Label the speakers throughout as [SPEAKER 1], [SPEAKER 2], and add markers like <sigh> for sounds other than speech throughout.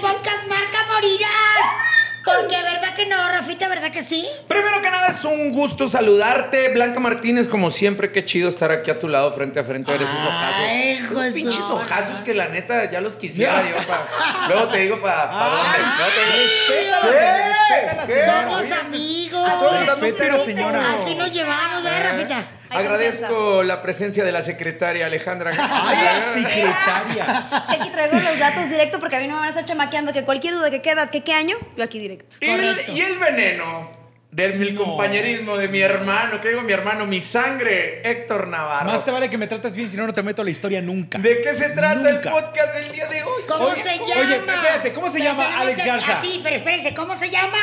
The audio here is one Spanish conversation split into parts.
[SPEAKER 1] podcast Marca Morirás. Porque verdad que no, Rafita, ¿verdad que sí?
[SPEAKER 2] Primero que nada, es un gusto saludarte. Blanca Martínez, como siempre, qué chido estar aquí a tu lado, frente a frente, a ver esos
[SPEAKER 3] Ah,
[SPEAKER 2] ojazos.
[SPEAKER 1] Ay,
[SPEAKER 2] Esos
[SPEAKER 1] José.
[SPEAKER 2] pinches ojazos que la neta ya los quisiera yo. pa- luego te digo para dónde.
[SPEAKER 3] Ah.
[SPEAKER 2] Luego te digo-
[SPEAKER 3] ¡Eh! Respeta,
[SPEAKER 2] ¿Qué?
[SPEAKER 1] Somos
[SPEAKER 2] Oye,
[SPEAKER 1] amigos.
[SPEAKER 3] Respeta a la señora.
[SPEAKER 1] Así nos llevamos, ¿verdad, Rafita?
[SPEAKER 4] Hay
[SPEAKER 2] Agradezco la presencia de la secretaria Alejandra.
[SPEAKER 3] secretaria.
[SPEAKER 4] Si aquí traigo los datos directo porque a mí no me van a estar chamaqueando que cualquier duda que queda, que qué año, yo aquí directo.
[SPEAKER 2] Y el, y el veneno del mi compañerismo de mi hermano, ¿qué digo mi hermano? Mi sangre, Héctor Navarro.
[SPEAKER 3] Más te vale que me trates bien, si no, no te meto a la historia nunca.
[SPEAKER 2] ¿De qué se trata el
[SPEAKER 3] Nunca.
[SPEAKER 2] podcast del día de hoy?
[SPEAKER 1] ¿Cómo
[SPEAKER 3] Oye,
[SPEAKER 1] se llama?
[SPEAKER 3] oye, espérate, ¿cómo se llama
[SPEAKER 1] tenemos
[SPEAKER 3] Alex
[SPEAKER 1] que-
[SPEAKER 3] Garza?
[SPEAKER 1] Ah, sí, pero espérense, ¿cómo se llama?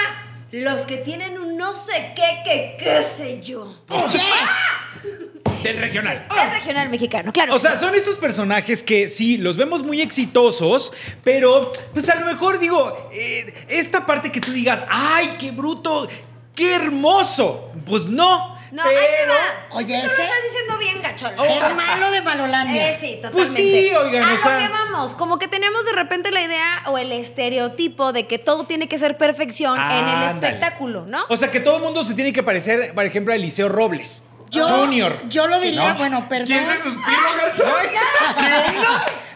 [SPEAKER 4] Los que tienen un no sé qué, que qué sé yo.
[SPEAKER 3] Oh.
[SPEAKER 1] Oye,
[SPEAKER 3] Del regional.
[SPEAKER 4] El regional mexicano, claro.
[SPEAKER 3] O
[SPEAKER 4] que
[SPEAKER 3] sea,
[SPEAKER 4] sí.
[SPEAKER 3] son estos personajes que sí, los vemos muy exitosos, pero pues a lo mejor digo, eh, esta parte que tú digas, ay, qué bruto, qué hermoso, pues no.
[SPEAKER 4] No, ahí te
[SPEAKER 3] pero... Oh, ah,
[SPEAKER 4] va.
[SPEAKER 1] Oye,
[SPEAKER 4] Tú
[SPEAKER 1] este-
[SPEAKER 4] lo estás diciendo bien, gachón.
[SPEAKER 1] es malo de Malolandia.
[SPEAKER 4] Eh, sí, totalmente.
[SPEAKER 3] Pues sí, oigan,
[SPEAKER 4] A
[SPEAKER 3] o sea-
[SPEAKER 4] lo que vamos, como que tenemos de repente la idea o el estereotipo de que todo tiene que ser perfección en el
[SPEAKER 3] Ándale. Oh,
[SPEAKER 4] espectáculo, ¿no?
[SPEAKER 3] O sea, que todo el mundo se tiene que parecer, por ejemplo, a Eliseo Robles.
[SPEAKER 1] Yo,
[SPEAKER 3] Junior.
[SPEAKER 1] Yo lo diría,
[SPEAKER 3] No.
[SPEAKER 1] bueno, perdón.
[SPEAKER 2] ¿Quién se suspiro, Garza?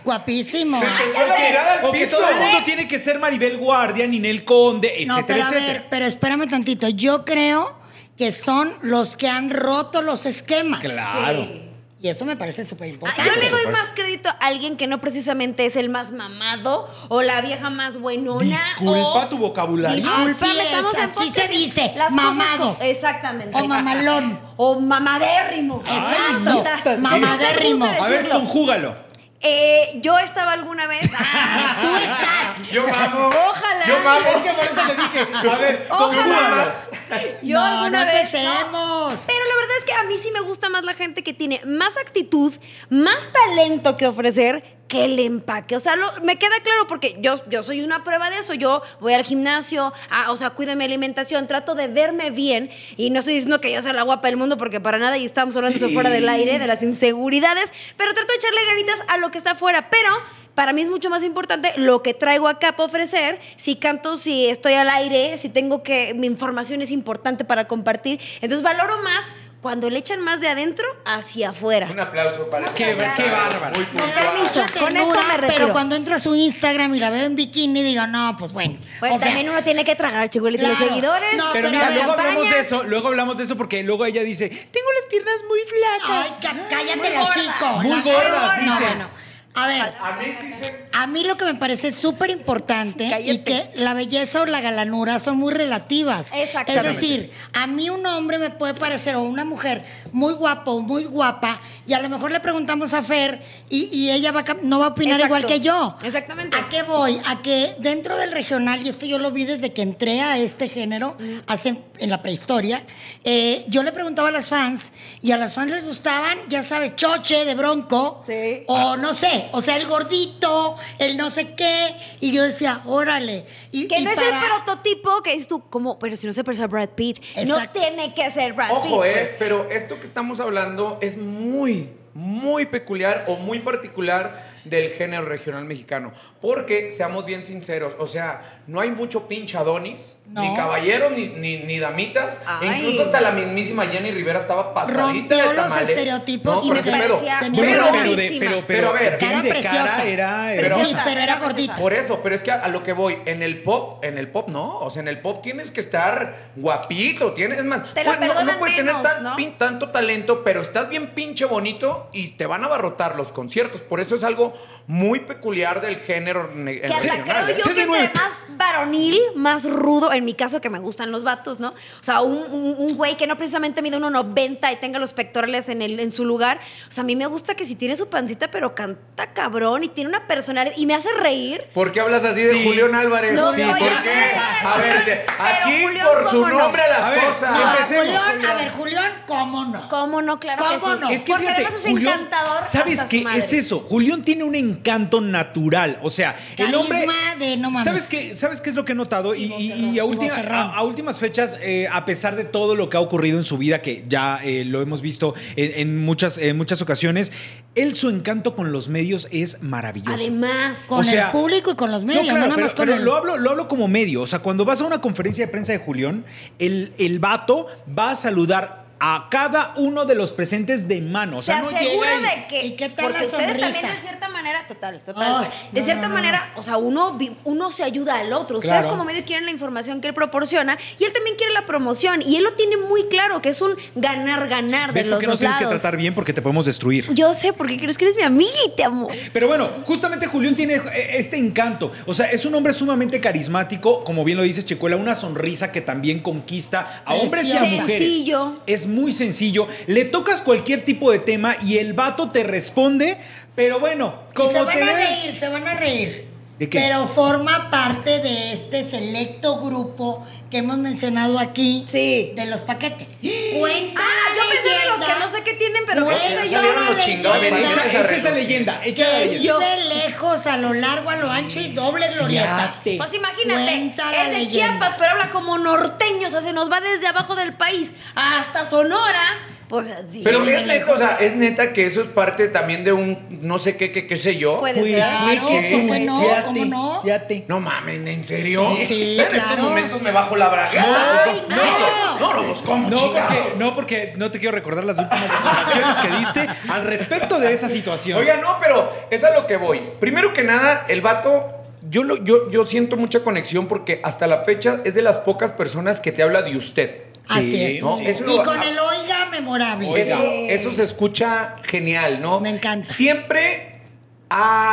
[SPEAKER 1] Guapísimo.
[SPEAKER 2] Se te fue tirada al
[SPEAKER 3] O que
[SPEAKER 2] piso.
[SPEAKER 3] todo el mundo tiene que ser Maribel Guardia, Ninel Conde, etcétera,
[SPEAKER 1] no, pero a
[SPEAKER 3] etcétera.
[SPEAKER 1] ver, pero espérame tantito. Yo creo que son los que han roto los esquemas.
[SPEAKER 3] Claro.
[SPEAKER 1] Y eso me parece súper
[SPEAKER 4] Ah,
[SPEAKER 1] importante.
[SPEAKER 4] Yo le doy
[SPEAKER 3] Por
[SPEAKER 4] más crédito a alguien que no precisamente es el más mamado o la vieja más buenona.
[SPEAKER 3] Disculpa
[SPEAKER 4] o-
[SPEAKER 3] tu vocabulario.
[SPEAKER 1] Disculpe,
[SPEAKER 4] Disculpa, estamos en
[SPEAKER 1] así
[SPEAKER 4] podcast
[SPEAKER 1] se
[SPEAKER 4] y
[SPEAKER 1] dice,
[SPEAKER 4] las cosas
[SPEAKER 1] mamado.
[SPEAKER 4] co- exactamente.
[SPEAKER 1] O mamalón.
[SPEAKER 4] O mamadérrimo.
[SPEAKER 1] Exacto.
[SPEAKER 4] O sea,
[SPEAKER 1] Mamadérrimo.
[SPEAKER 4] ¿te gusta
[SPEAKER 3] A ver,
[SPEAKER 4] decirlo?
[SPEAKER 3] conjúgalo.
[SPEAKER 4] Eh, yo estaba alguna vez. Ah,
[SPEAKER 1] <laughs> Tú estás.
[SPEAKER 2] Yo mamo.
[SPEAKER 4] Ojalá.
[SPEAKER 2] Yo
[SPEAKER 3] Es
[SPEAKER 2] mamo.
[SPEAKER 3] que por eso te dije, a ver,
[SPEAKER 4] Ojalá.
[SPEAKER 3] conjúgalo.
[SPEAKER 4] Yo
[SPEAKER 1] No,
[SPEAKER 4] alguna
[SPEAKER 1] no
[SPEAKER 4] vez.
[SPEAKER 1] empecemos.
[SPEAKER 4] Pero la verdad es que a mí sí me gusta más la gente que tiene más actitud, más talento que ofrecer que el empaque. O sea, lo- me queda claro porque yo, yo soy una prueba de eso. Yo voy al gimnasio, a- o sea, cuido mi alimentación, trato de verme bien. Y no estoy diciendo que yo sea la guapa del mundo porque para nada, y estamos hablando eso fuera del aire, de las inseguridades, pero trato de echarle ganitas a lo que está afuera. Pero para mí es mucho más importante lo que traigo acá para ofrecer, si canto, si estoy al aire, si tengo que, mi información es importante para compartir. Entonces valoro más cuando le echan más de adentro hacia afuera.
[SPEAKER 2] Un aplauso para
[SPEAKER 4] Qué-
[SPEAKER 2] esta
[SPEAKER 4] qué
[SPEAKER 2] mujer.
[SPEAKER 3] bárbara.
[SPEAKER 2] Muy
[SPEAKER 1] Me
[SPEAKER 2] puntual.
[SPEAKER 1] da mucha
[SPEAKER 4] Con esto
[SPEAKER 1] ternura,
[SPEAKER 4] me retiro.
[SPEAKER 1] pero cuando entro a su Instagram y la veo en bikini, digo, no, pues bueno.
[SPEAKER 4] Bueno,
[SPEAKER 1] O sea,
[SPEAKER 4] también uno tiene que tragar, chihuelita,
[SPEAKER 1] claro.
[SPEAKER 4] los seguidores.
[SPEAKER 1] No,
[SPEAKER 3] Pero
[SPEAKER 1] Pero
[SPEAKER 3] mira,
[SPEAKER 1] la
[SPEAKER 3] luego
[SPEAKER 4] campaña.
[SPEAKER 3] hablamos de eso, luego hablamos de eso porque luego ella dice, tengo las piernas muy flacas.
[SPEAKER 1] Ay, ca- cállate el
[SPEAKER 4] gorda.
[SPEAKER 1] hocico.
[SPEAKER 3] Muy
[SPEAKER 1] La-
[SPEAKER 3] gorda,
[SPEAKER 1] No,
[SPEAKER 3] dice.
[SPEAKER 1] bueno. A ver,
[SPEAKER 2] A mí sí se.
[SPEAKER 1] a mí lo que me parece súper importante y que la belleza o la galanura son muy relativas. Es
[SPEAKER 4] Exactamente.
[SPEAKER 1] decir, a mí un hombre me puede parecer o una mujer muy guapo o muy guapa y a lo mejor le preguntamos a Fer y, y ella va a cam- no va a opinar
[SPEAKER 4] Exacto.
[SPEAKER 1] igual que yo.
[SPEAKER 4] Exactamente.
[SPEAKER 1] ¿A qué voy? A que dentro del regional, y esto yo lo vi desde que entré a este género, hace, en la prehistoria, eh, yo le preguntaba a las fans y a las fans les gustaban, ya sabes, choche de bronco.
[SPEAKER 4] Sí.
[SPEAKER 1] O no sé, o sea, el gordito, el no sé qué. Y yo decía, órale. Y,
[SPEAKER 4] Que
[SPEAKER 1] y
[SPEAKER 4] no es
[SPEAKER 1] para-
[SPEAKER 4] el prototipo que es tú, como, pero si no se parece a Brad Pitt, no
[SPEAKER 1] Exacto.
[SPEAKER 4] tiene que ser Brad Pitt.
[SPEAKER 2] Ojo,
[SPEAKER 4] pues.
[SPEAKER 2] eh, pero esto que estamos hablando es muy, muy peculiar o muy particular del género regional mexicano. Porque, seamos bien sinceros, o sea, no hay mucho pinche Adonis,
[SPEAKER 1] No.
[SPEAKER 2] ni caballeros, ni, ni, ni damitas. E
[SPEAKER 4] Ay.
[SPEAKER 2] incluso hasta la mismísima Jenny Rivera estaba pasadita
[SPEAKER 1] Rompió
[SPEAKER 2] de
[SPEAKER 1] los
[SPEAKER 2] tamales.
[SPEAKER 1] estereotipos
[SPEAKER 2] No,
[SPEAKER 1] y
[SPEAKER 2] con
[SPEAKER 1] me
[SPEAKER 2] ese pedo.
[SPEAKER 4] parecía
[SPEAKER 1] tenía
[SPEAKER 3] Bueno,
[SPEAKER 4] Pero
[SPEAKER 3] pero,
[SPEAKER 4] buenísima.
[SPEAKER 3] de, pero, pero,
[SPEAKER 2] Pero a ver,
[SPEAKER 3] Jenny
[SPEAKER 1] cara
[SPEAKER 3] de
[SPEAKER 1] preciosa.
[SPEAKER 3] cara era
[SPEAKER 1] Pero
[SPEAKER 3] hermosa.
[SPEAKER 1] sí, pero era gordito.
[SPEAKER 2] Por eso, pero es que a, a lo que voy, en el pop, en el pop no, o sea, en el pop tienes que estar guapito, tienes, es más, pues,
[SPEAKER 4] Te la
[SPEAKER 2] no- no,
[SPEAKER 4] perdonan
[SPEAKER 2] puedes
[SPEAKER 4] menos,
[SPEAKER 2] tener tan
[SPEAKER 4] ¿no?
[SPEAKER 2] pin- tanto talento, pero estás bien pinche bonito y te van a abarrotar los conciertos, por eso es algo muy peculiar del género ne-
[SPEAKER 4] Que hasta
[SPEAKER 2] nacional,
[SPEAKER 4] creo
[SPEAKER 2] ¿eh?
[SPEAKER 4] yo
[SPEAKER 3] Sí,
[SPEAKER 4] que
[SPEAKER 3] de
[SPEAKER 4] entre
[SPEAKER 3] nuevo.
[SPEAKER 4] más varonil, más rudo, en mi caso que me gustan los vatos, ¿no? O sea, un, un- un güey que no precisamente mide 1,90 y tenga los pectorales en, el, en su lugar. O sea, a mí me gusta que si tiene su pancita, pero canta cabrón y tiene una personalidad y me hace reír.
[SPEAKER 2] ¿Por qué hablas así de
[SPEAKER 3] Sí.
[SPEAKER 2] Julián Álvarez?
[SPEAKER 4] No,
[SPEAKER 2] sí,
[SPEAKER 4] no,
[SPEAKER 2] ¿por
[SPEAKER 4] ya.
[SPEAKER 2] qué? A ver, de-
[SPEAKER 4] Pero
[SPEAKER 2] aquí
[SPEAKER 4] Julián,
[SPEAKER 2] por su
[SPEAKER 4] ¿cómo no?
[SPEAKER 2] nombre a las
[SPEAKER 3] A ver,
[SPEAKER 2] cosas.
[SPEAKER 1] No, a
[SPEAKER 3] Empecemos,
[SPEAKER 1] Julián, a
[SPEAKER 3] Julián.
[SPEAKER 1] ver, Julián, ¿cómo no?
[SPEAKER 4] ¿Cómo no? Claro
[SPEAKER 1] ¿Cómo
[SPEAKER 4] que sí.
[SPEAKER 1] no?
[SPEAKER 3] Es que
[SPEAKER 4] Porque
[SPEAKER 3] fíjate,
[SPEAKER 4] además es
[SPEAKER 3] Julián,
[SPEAKER 4] encantador.
[SPEAKER 3] ¿sabes
[SPEAKER 4] hasta su
[SPEAKER 3] qué?
[SPEAKER 4] madre.
[SPEAKER 3] Es eso. Julián tiene un encanto natural. O sea, el hombre.
[SPEAKER 1] Carisma de no mames.
[SPEAKER 3] ¿Sabes qué, ¿Sabes qué es lo que he notado?
[SPEAKER 1] Y
[SPEAKER 3] Y, y-
[SPEAKER 1] vocerrón,
[SPEAKER 3] y a,
[SPEAKER 1] y
[SPEAKER 3] última-
[SPEAKER 1] vocerrón.
[SPEAKER 3] a- a últimas fechas, eh, a pesar de todo lo que ha ocurrido en su vida, que ya eh, lo hemos visto en, en muchas, en muchas ocasiones, él su encanto con los medios es maravilloso.
[SPEAKER 4] Además.
[SPEAKER 1] Con
[SPEAKER 3] o sea,
[SPEAKER 1] el público y con los medios, no,
[SPEAKER 3] claro,
[SPEAKER 1] nada
[SPEAKER 3] pero-
[SPEAKER 1] más con
[SPEAKER 3] pero
[SPEAKER 1] el-
[SPEAKER 3] lo, hablo, lo hablo como medio. O sea, cuando vas a una conferencia de prensa de Julián, el, el vato va a saludar a cada uno de los presentes de mano. O sea,
[SPEAKER 4] se
[SPEAKER 3] no
[SPEAKER 4] asegura
[SPEAKER 3] llega y-
[SPEAKER 4] de que.
[SPEAKER 1] ¿Y qué tal
[SPEAKER 4] porque
[SPEAKER 1] la
[SPEAKER 4] ustedes
[SPEAKER 1] sonrisa?
[SPEAKER 4] también, de cierta manera, total, total.
[SPEAKER 1] Ay,
[SPEAKER 4] güey. de
[SPEAKER 1] no,
[SPEAKER 4] cierta
[SPEAKER 1] no, no.
[SPEAKER 4] manera, o sea, uno, vi- uno se ayuda al otro. Ustedes,
[SPEAKER 3] Claro.
[SPEAKER 4] como medio, quieren la información que él proporciona y él también quiere la promoción. Y él lo tiene muy claro, que es un ganar-ganar de
[SPEAKER 3] ¿Ves por
[SPEAKER 4] los
[SPEAKER 3] qué nos
[SPEAKER 4] dos
[SPEAKER 3] tienes que
[SPEAKER 4] lados.
[SPEAKER 3] tratar bien? Porque te podemos destruir.
[SPEAKER 4] Yo sé, porque crees que eres mi amiga y te amo.
[SPEAKER 3] Pero bueno, justamente Julián tiene eh, este encanto. O sea, es un hombre sumamente carismático, como bien lo dices, Checuela, una sonrisa que también conquista a hombres y a
[SPEAKER 1] Precioso.
[SPEAKER 3] mujeres.
[SPEAKER 4] Sencillo.
[SPEAKER 3] Es muy sencillo. Le tocas cualquier tipo de tema y el vato te responde, pero bueno,
[SPEAKER 1] Y se
[SPEAKER 3] como
[SPEAKER 1] van
[SPEAKER 3] te
[SPEAKER 1] a
[SPEAKER 3] ves-
[SPEAKER 1] reír, se van a reír.
[SPEAKER 3] ¿De qué?
[SPEAKER 1] Pero forma parte de este selecto grupo que hemos mencionado aquí
[SPEAKER 4] Sí.
[SPEAKER 1] de los paquetes. Cuenta
[SPEAKER 4] Ah,
[SPEAKER 1] la
[SPEAKER 4] yo pensé de los
[SPEAKER 1] leyenda
[SPEAKER 4] que no sé qué tienen, pero
[SPEAKER 1] Güey,
[SPEAKER 4] qué sé yo.
[SPEAKER 2] salieron
[SPEAKER 1] la
[SPEAKER 2] los chingados,
[SPEAKER 1] leyenda.
[SPEAKER 2] ¿verdad?
[SPEAKER 3] Echa, echa esa
[SPEAKER 2] Relucir.
[SPEAKER 3] leyenda, echa la
[SPEAKER 1] que
[SPEAKER 3] leyenda.
[SPEAKER 1] vive lejos, a lo largo, a lo ancho y doble glorieta.
[SPEAKER 3] Fíjate.
[SPEAKER 4] Pues imagínate,
[SPEAKER 1] Cuenta la
[SPEAKER 4] es de
[SPEAKER 1] leyenda.
[SPEAKER 4] Chiapas, pero habla como norteño, o sea, se nos va desde abajo del país hasta Sonora. Pues así.
[SPEAKER 2] Pero
[SPEAKER 1] Sí,
[SPEAKER 2] es neta, o sea, es neta que eso es parte también de un no sé qué, qué, qué sé yo.
[SPEAKER 4] Puede
[SPEAKER 3] Pues,
[SPEAKER 4] ser.
[SPEAKER 1] Claro,
[SPEAKER 3] fíjate,
[SPEAKER 1] ¿por qué "Ah, no?
[SPEAKER 3] fíjate,
[SPEAKER 1] ¿Cómo no?
[SPEAKER 3] fíjate.
[SPEAKER 2] No mamen, ¿en serio?
[SPEAKER 1] Sí, sí,
[SPEAKER 2] Yo en
[SPEAKER 1] claro.
[SPEAKER 2] estos momentos me bajo la bragueta.
[SPEAKER 1] Ay,
[SPEAKER 2] pues, no,
[SPEAKER 1] no.
[SPEAKER 2] no, no, los como,
[SPEAKER 3] No porque,
[SPEAKER 2] chingados.
[SPEAKER 3] no, porque no te quiero recordar las últimas declaraciones que diste al respecto de esa situación.
[SPEAKER 2] Oiga, no, pero es a lo que voy. Primero que nada, el vato, yo, lo, yo, yo siento mucha conexión porque hasta la fecha es de las pocas personas que te habla de usted.
[SPEAKER 1] Así es.
[SPEAKER 2] ¿no? Eso
[SPEAKER 1] Y
[SPEAKER 2] lo-
[SPEAKER 1] con el oiga memorable.
[SPEAKER 2] Eso, eso se escucha genial, ¿no?
[SPEAKER 1] Me encanta.
[SPEAKER 2] Siempre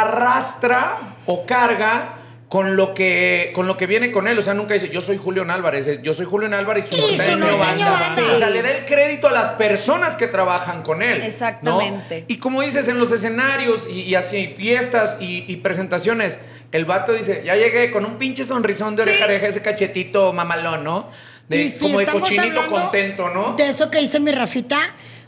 [SPEAKER 2] arrastra o carga con lo que con lo que viene con él. O sea, nunca dice, yo soy Julián Álvarez, es, yo soy Julián Álvarez y su
[SPEAKER 1] Y su
[SPEAKER 2] norteño,
[SPEAKER 1] norteño
[SPEAKER 2] banda.
[SPEAKER 1] banda.
[SPEAKER 2] O sea, le da el crédito a las personas que trabajan con él. ¿no?
[SPEAKER 4] Exactamente.
[SPEAKER 2] Y como dices, en los escenarios y, y así, fiestas y, y presentaciones, el vato dice, ya llegué con un pinche sonrisón de
[SPEAKER 4] Sí.
[SPEAKER 2] oreja a oreja, ese cachetito mamalón, ¿no? De,
[SPEAKER 1] Y si
[SPEAKER 2] como de
[SPEAKER 1] estamos
[SPEAKER 2] cochinito
[SPEAKER 1] hablando
[SPEAKER 2] contento, ¿no?
[SPEAKER 1] De eso que dice mi Rafita.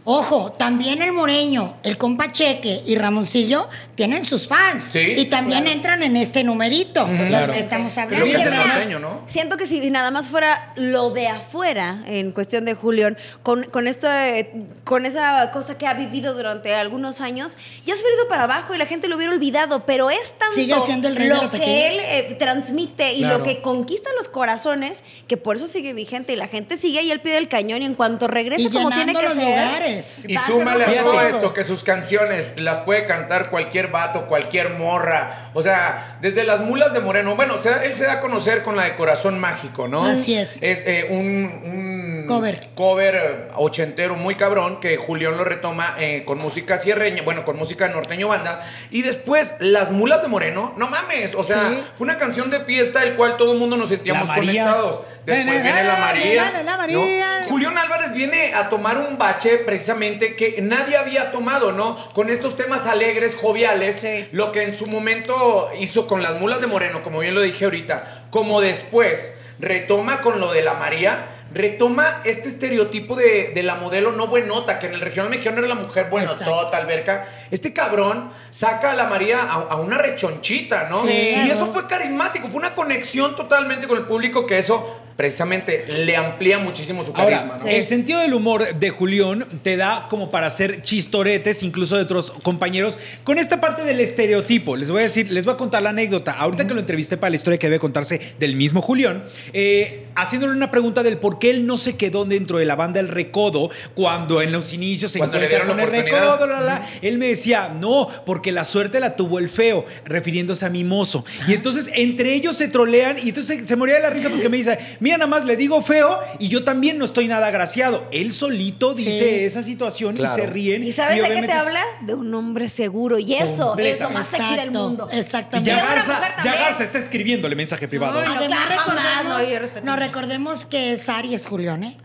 [SPEAKER 1] Ojo, también el Moreño, el compa Cheque y Ramoncillo tienen sus fans.
[SPEAKER 2] Sí,
[SPEAKER 1] y también entran en este numerito
[SPEAKER 3] claro.
[SPEAKER 1] que estamos
[SPEAKER 2] Es lo
[SPEAKER 1] hablando.
[SPEAKER 2] que hace el
[SPEAKER 4] Mira, nada más,
[SPEAKER 2] norteño, ¿no?
[SPEAKER 4] Siento que si nada más fuera lo de afuera, en cuestión de Julián, con, con esto de- con esa cosa que ha vivido durante algunos años, ya se hubiera ido para abajo y la gente lo hubiera olvidado, pero es tanto
[SPEAKER 1] Sigue siendo el rey de
[SPEAKER 4] lo
[SPEAKER 1] la
[SPEAKER 4] que
[SPEAKER 1] taquilla.
[SPEAKER 4] él eh, transmite y
[SPEAKER 3] Claro.
[SPEAKER 4] lo que conquista los corazones, que por eso sigue vigente y la gente sigue ahí al pie del cañón y en cuanto regrese
[SPEAKER 1] Y
[SPEAKER 4] como tiene
[SPEAKER 1] llenando
[SPEAKER 4] que
[SPEAKER 1] los
[SPEAKER 4] ser.
[SPEAKER 1] lugares.
[SPEAKER 2] Y
[SPEAKER 4] va a
[SPEAKER 2] súmale
[SPEAKER 4] ser
[SPEAKER 2] a
[SPEAKER 4] un
[SPEAKER 2] todo
[SPEAKER 4] todo.
[SPEAKER 2] esto que sus canciones las puede cantar cualquier vato, cualquier morra. O sea, desde las mulas de Moreno. Bueno, se da- él se da a conocer con la de Corazón Mágico, ¿no?
[SPEAKER 1] Así es.
[SPEAKER 2] Es eh, un, un
[SPEAKER 1] Cover.
[SPEAKER 2] cover eh, ochentero muy cabrón que Julián lo retoma eh, con música sierreña, bueno, con música norteño banda. Y después, Las mulas de Moreno, no mames. O sea,
[SPEAKER 1] Sí.
[SPEAKER 2] fue una canción de fiesta del cual todo el mundo nos sentíamos
[SPEAKER 3] La María.
[SPEAKER 2] conectados. Después viene la María.
[SPEAKER 1] La
[SPEAKER 2] ¿no?
[SPEAKER 1] María.
[SPEAKER 2] Julián Álvarez viene a tomar un bache precisamente que nadie había tomado, ¿no? Con estos temas alegres, joviales,
[SPEAKER 4] Sí.
[SPEAKER 2] lo que en su momento hizo con las mulas de Moreno, como bien lo dije ahorita, como después retoma con lo de la María, retoma este estereotipo de, de la modelo no buenota, que en el regional mexicano era la mujer buenotota, alberca. Este cabrón saca a la María a, a una rechonchita, ¿no?
[SPEAKER 1] Sí,
[SPEAKER 2] y
[SPEAKER 1] claro.
[SPEAKER 2] eso fue carismático, fue una conexión totalmente con el público que eso precisamente le amplía muchísimo su
[SPEAKER 3] Ahora,
[SPEAKER 2] carisma, ¿no?
[SPEAKER 4] Sí.
[SPEAKER 3] el sentido del humor de Julián te da como para hacer chistoretes, incluso de otros compañeros, con esta parte del estereotipo. Les voy a decir, les voy a contar la anécdota. Ahorita que lo entrevisté para la historia que debe contarse del mismo Julián, eh, haciéndole una pregunta del por qué él no se quedó dentro de la banda El Recodo cuando en los inicios se
[SPEAKER 2] Cuando le
[SPEAKER 3] encuentra
[SPEAKER 2] dieron
[SPEAKER 3] con
[SPEAKER 2] la
[SPEAKER 3] El
[SPEAKER 2] oportunidad.
[SPEAKER 3] Recodo, la, la. Él me decía, no, porque la suerte la tuvo el feo, refiriéndose a Mimoso. Y entonces entre ellos se trolean y entonces se, se moría de la risa porque me dice, mira, nada más le digo feo y yo también no estoy nada agraciado. Él solito
[SPEAKER 1] Sí.
[SPEAKER 3] dice esa situación
[SPEAKER 2] Claro.
[SPEAKER 3] y se ríen.
[SPEAKER 4] ¿Y sabes de qué
[SPEAKER 3] obviamente
[SPEAKER 4] te
[SPEAKER 3] es-
[SPEAKER 4] habla? De un hombre seguro. Y eso es lo más sexy del
[SPEAKER 1] Exacto,
[SPEAKER 4] mundo.
[SPEAKER 3] Y
[SPEAKER 1] Exactamente.
[SPEAKER 3] ya
[SPEAKER 4] También una
[SPEAKER 3] Garza,
[SPEAKER 4] mujer
[SPEAKER 3] ya
[SPEAKER 4] también.
[SPEAKER 3] Garza está escribiéndole mensaje privado.
[SPEAKER 4] Ay,
[SPEAKER 1] Además,
[SPEAKER 4] claro, jamás,
[SPEAKER 1] recordemos,
[SPEAKER 4] no, yo respeto
[SPEAKER 1] no,
[SPEAKER 4] mucho.
[SPEAKER 1] recordemos que es Aries, Julián, ¿eh?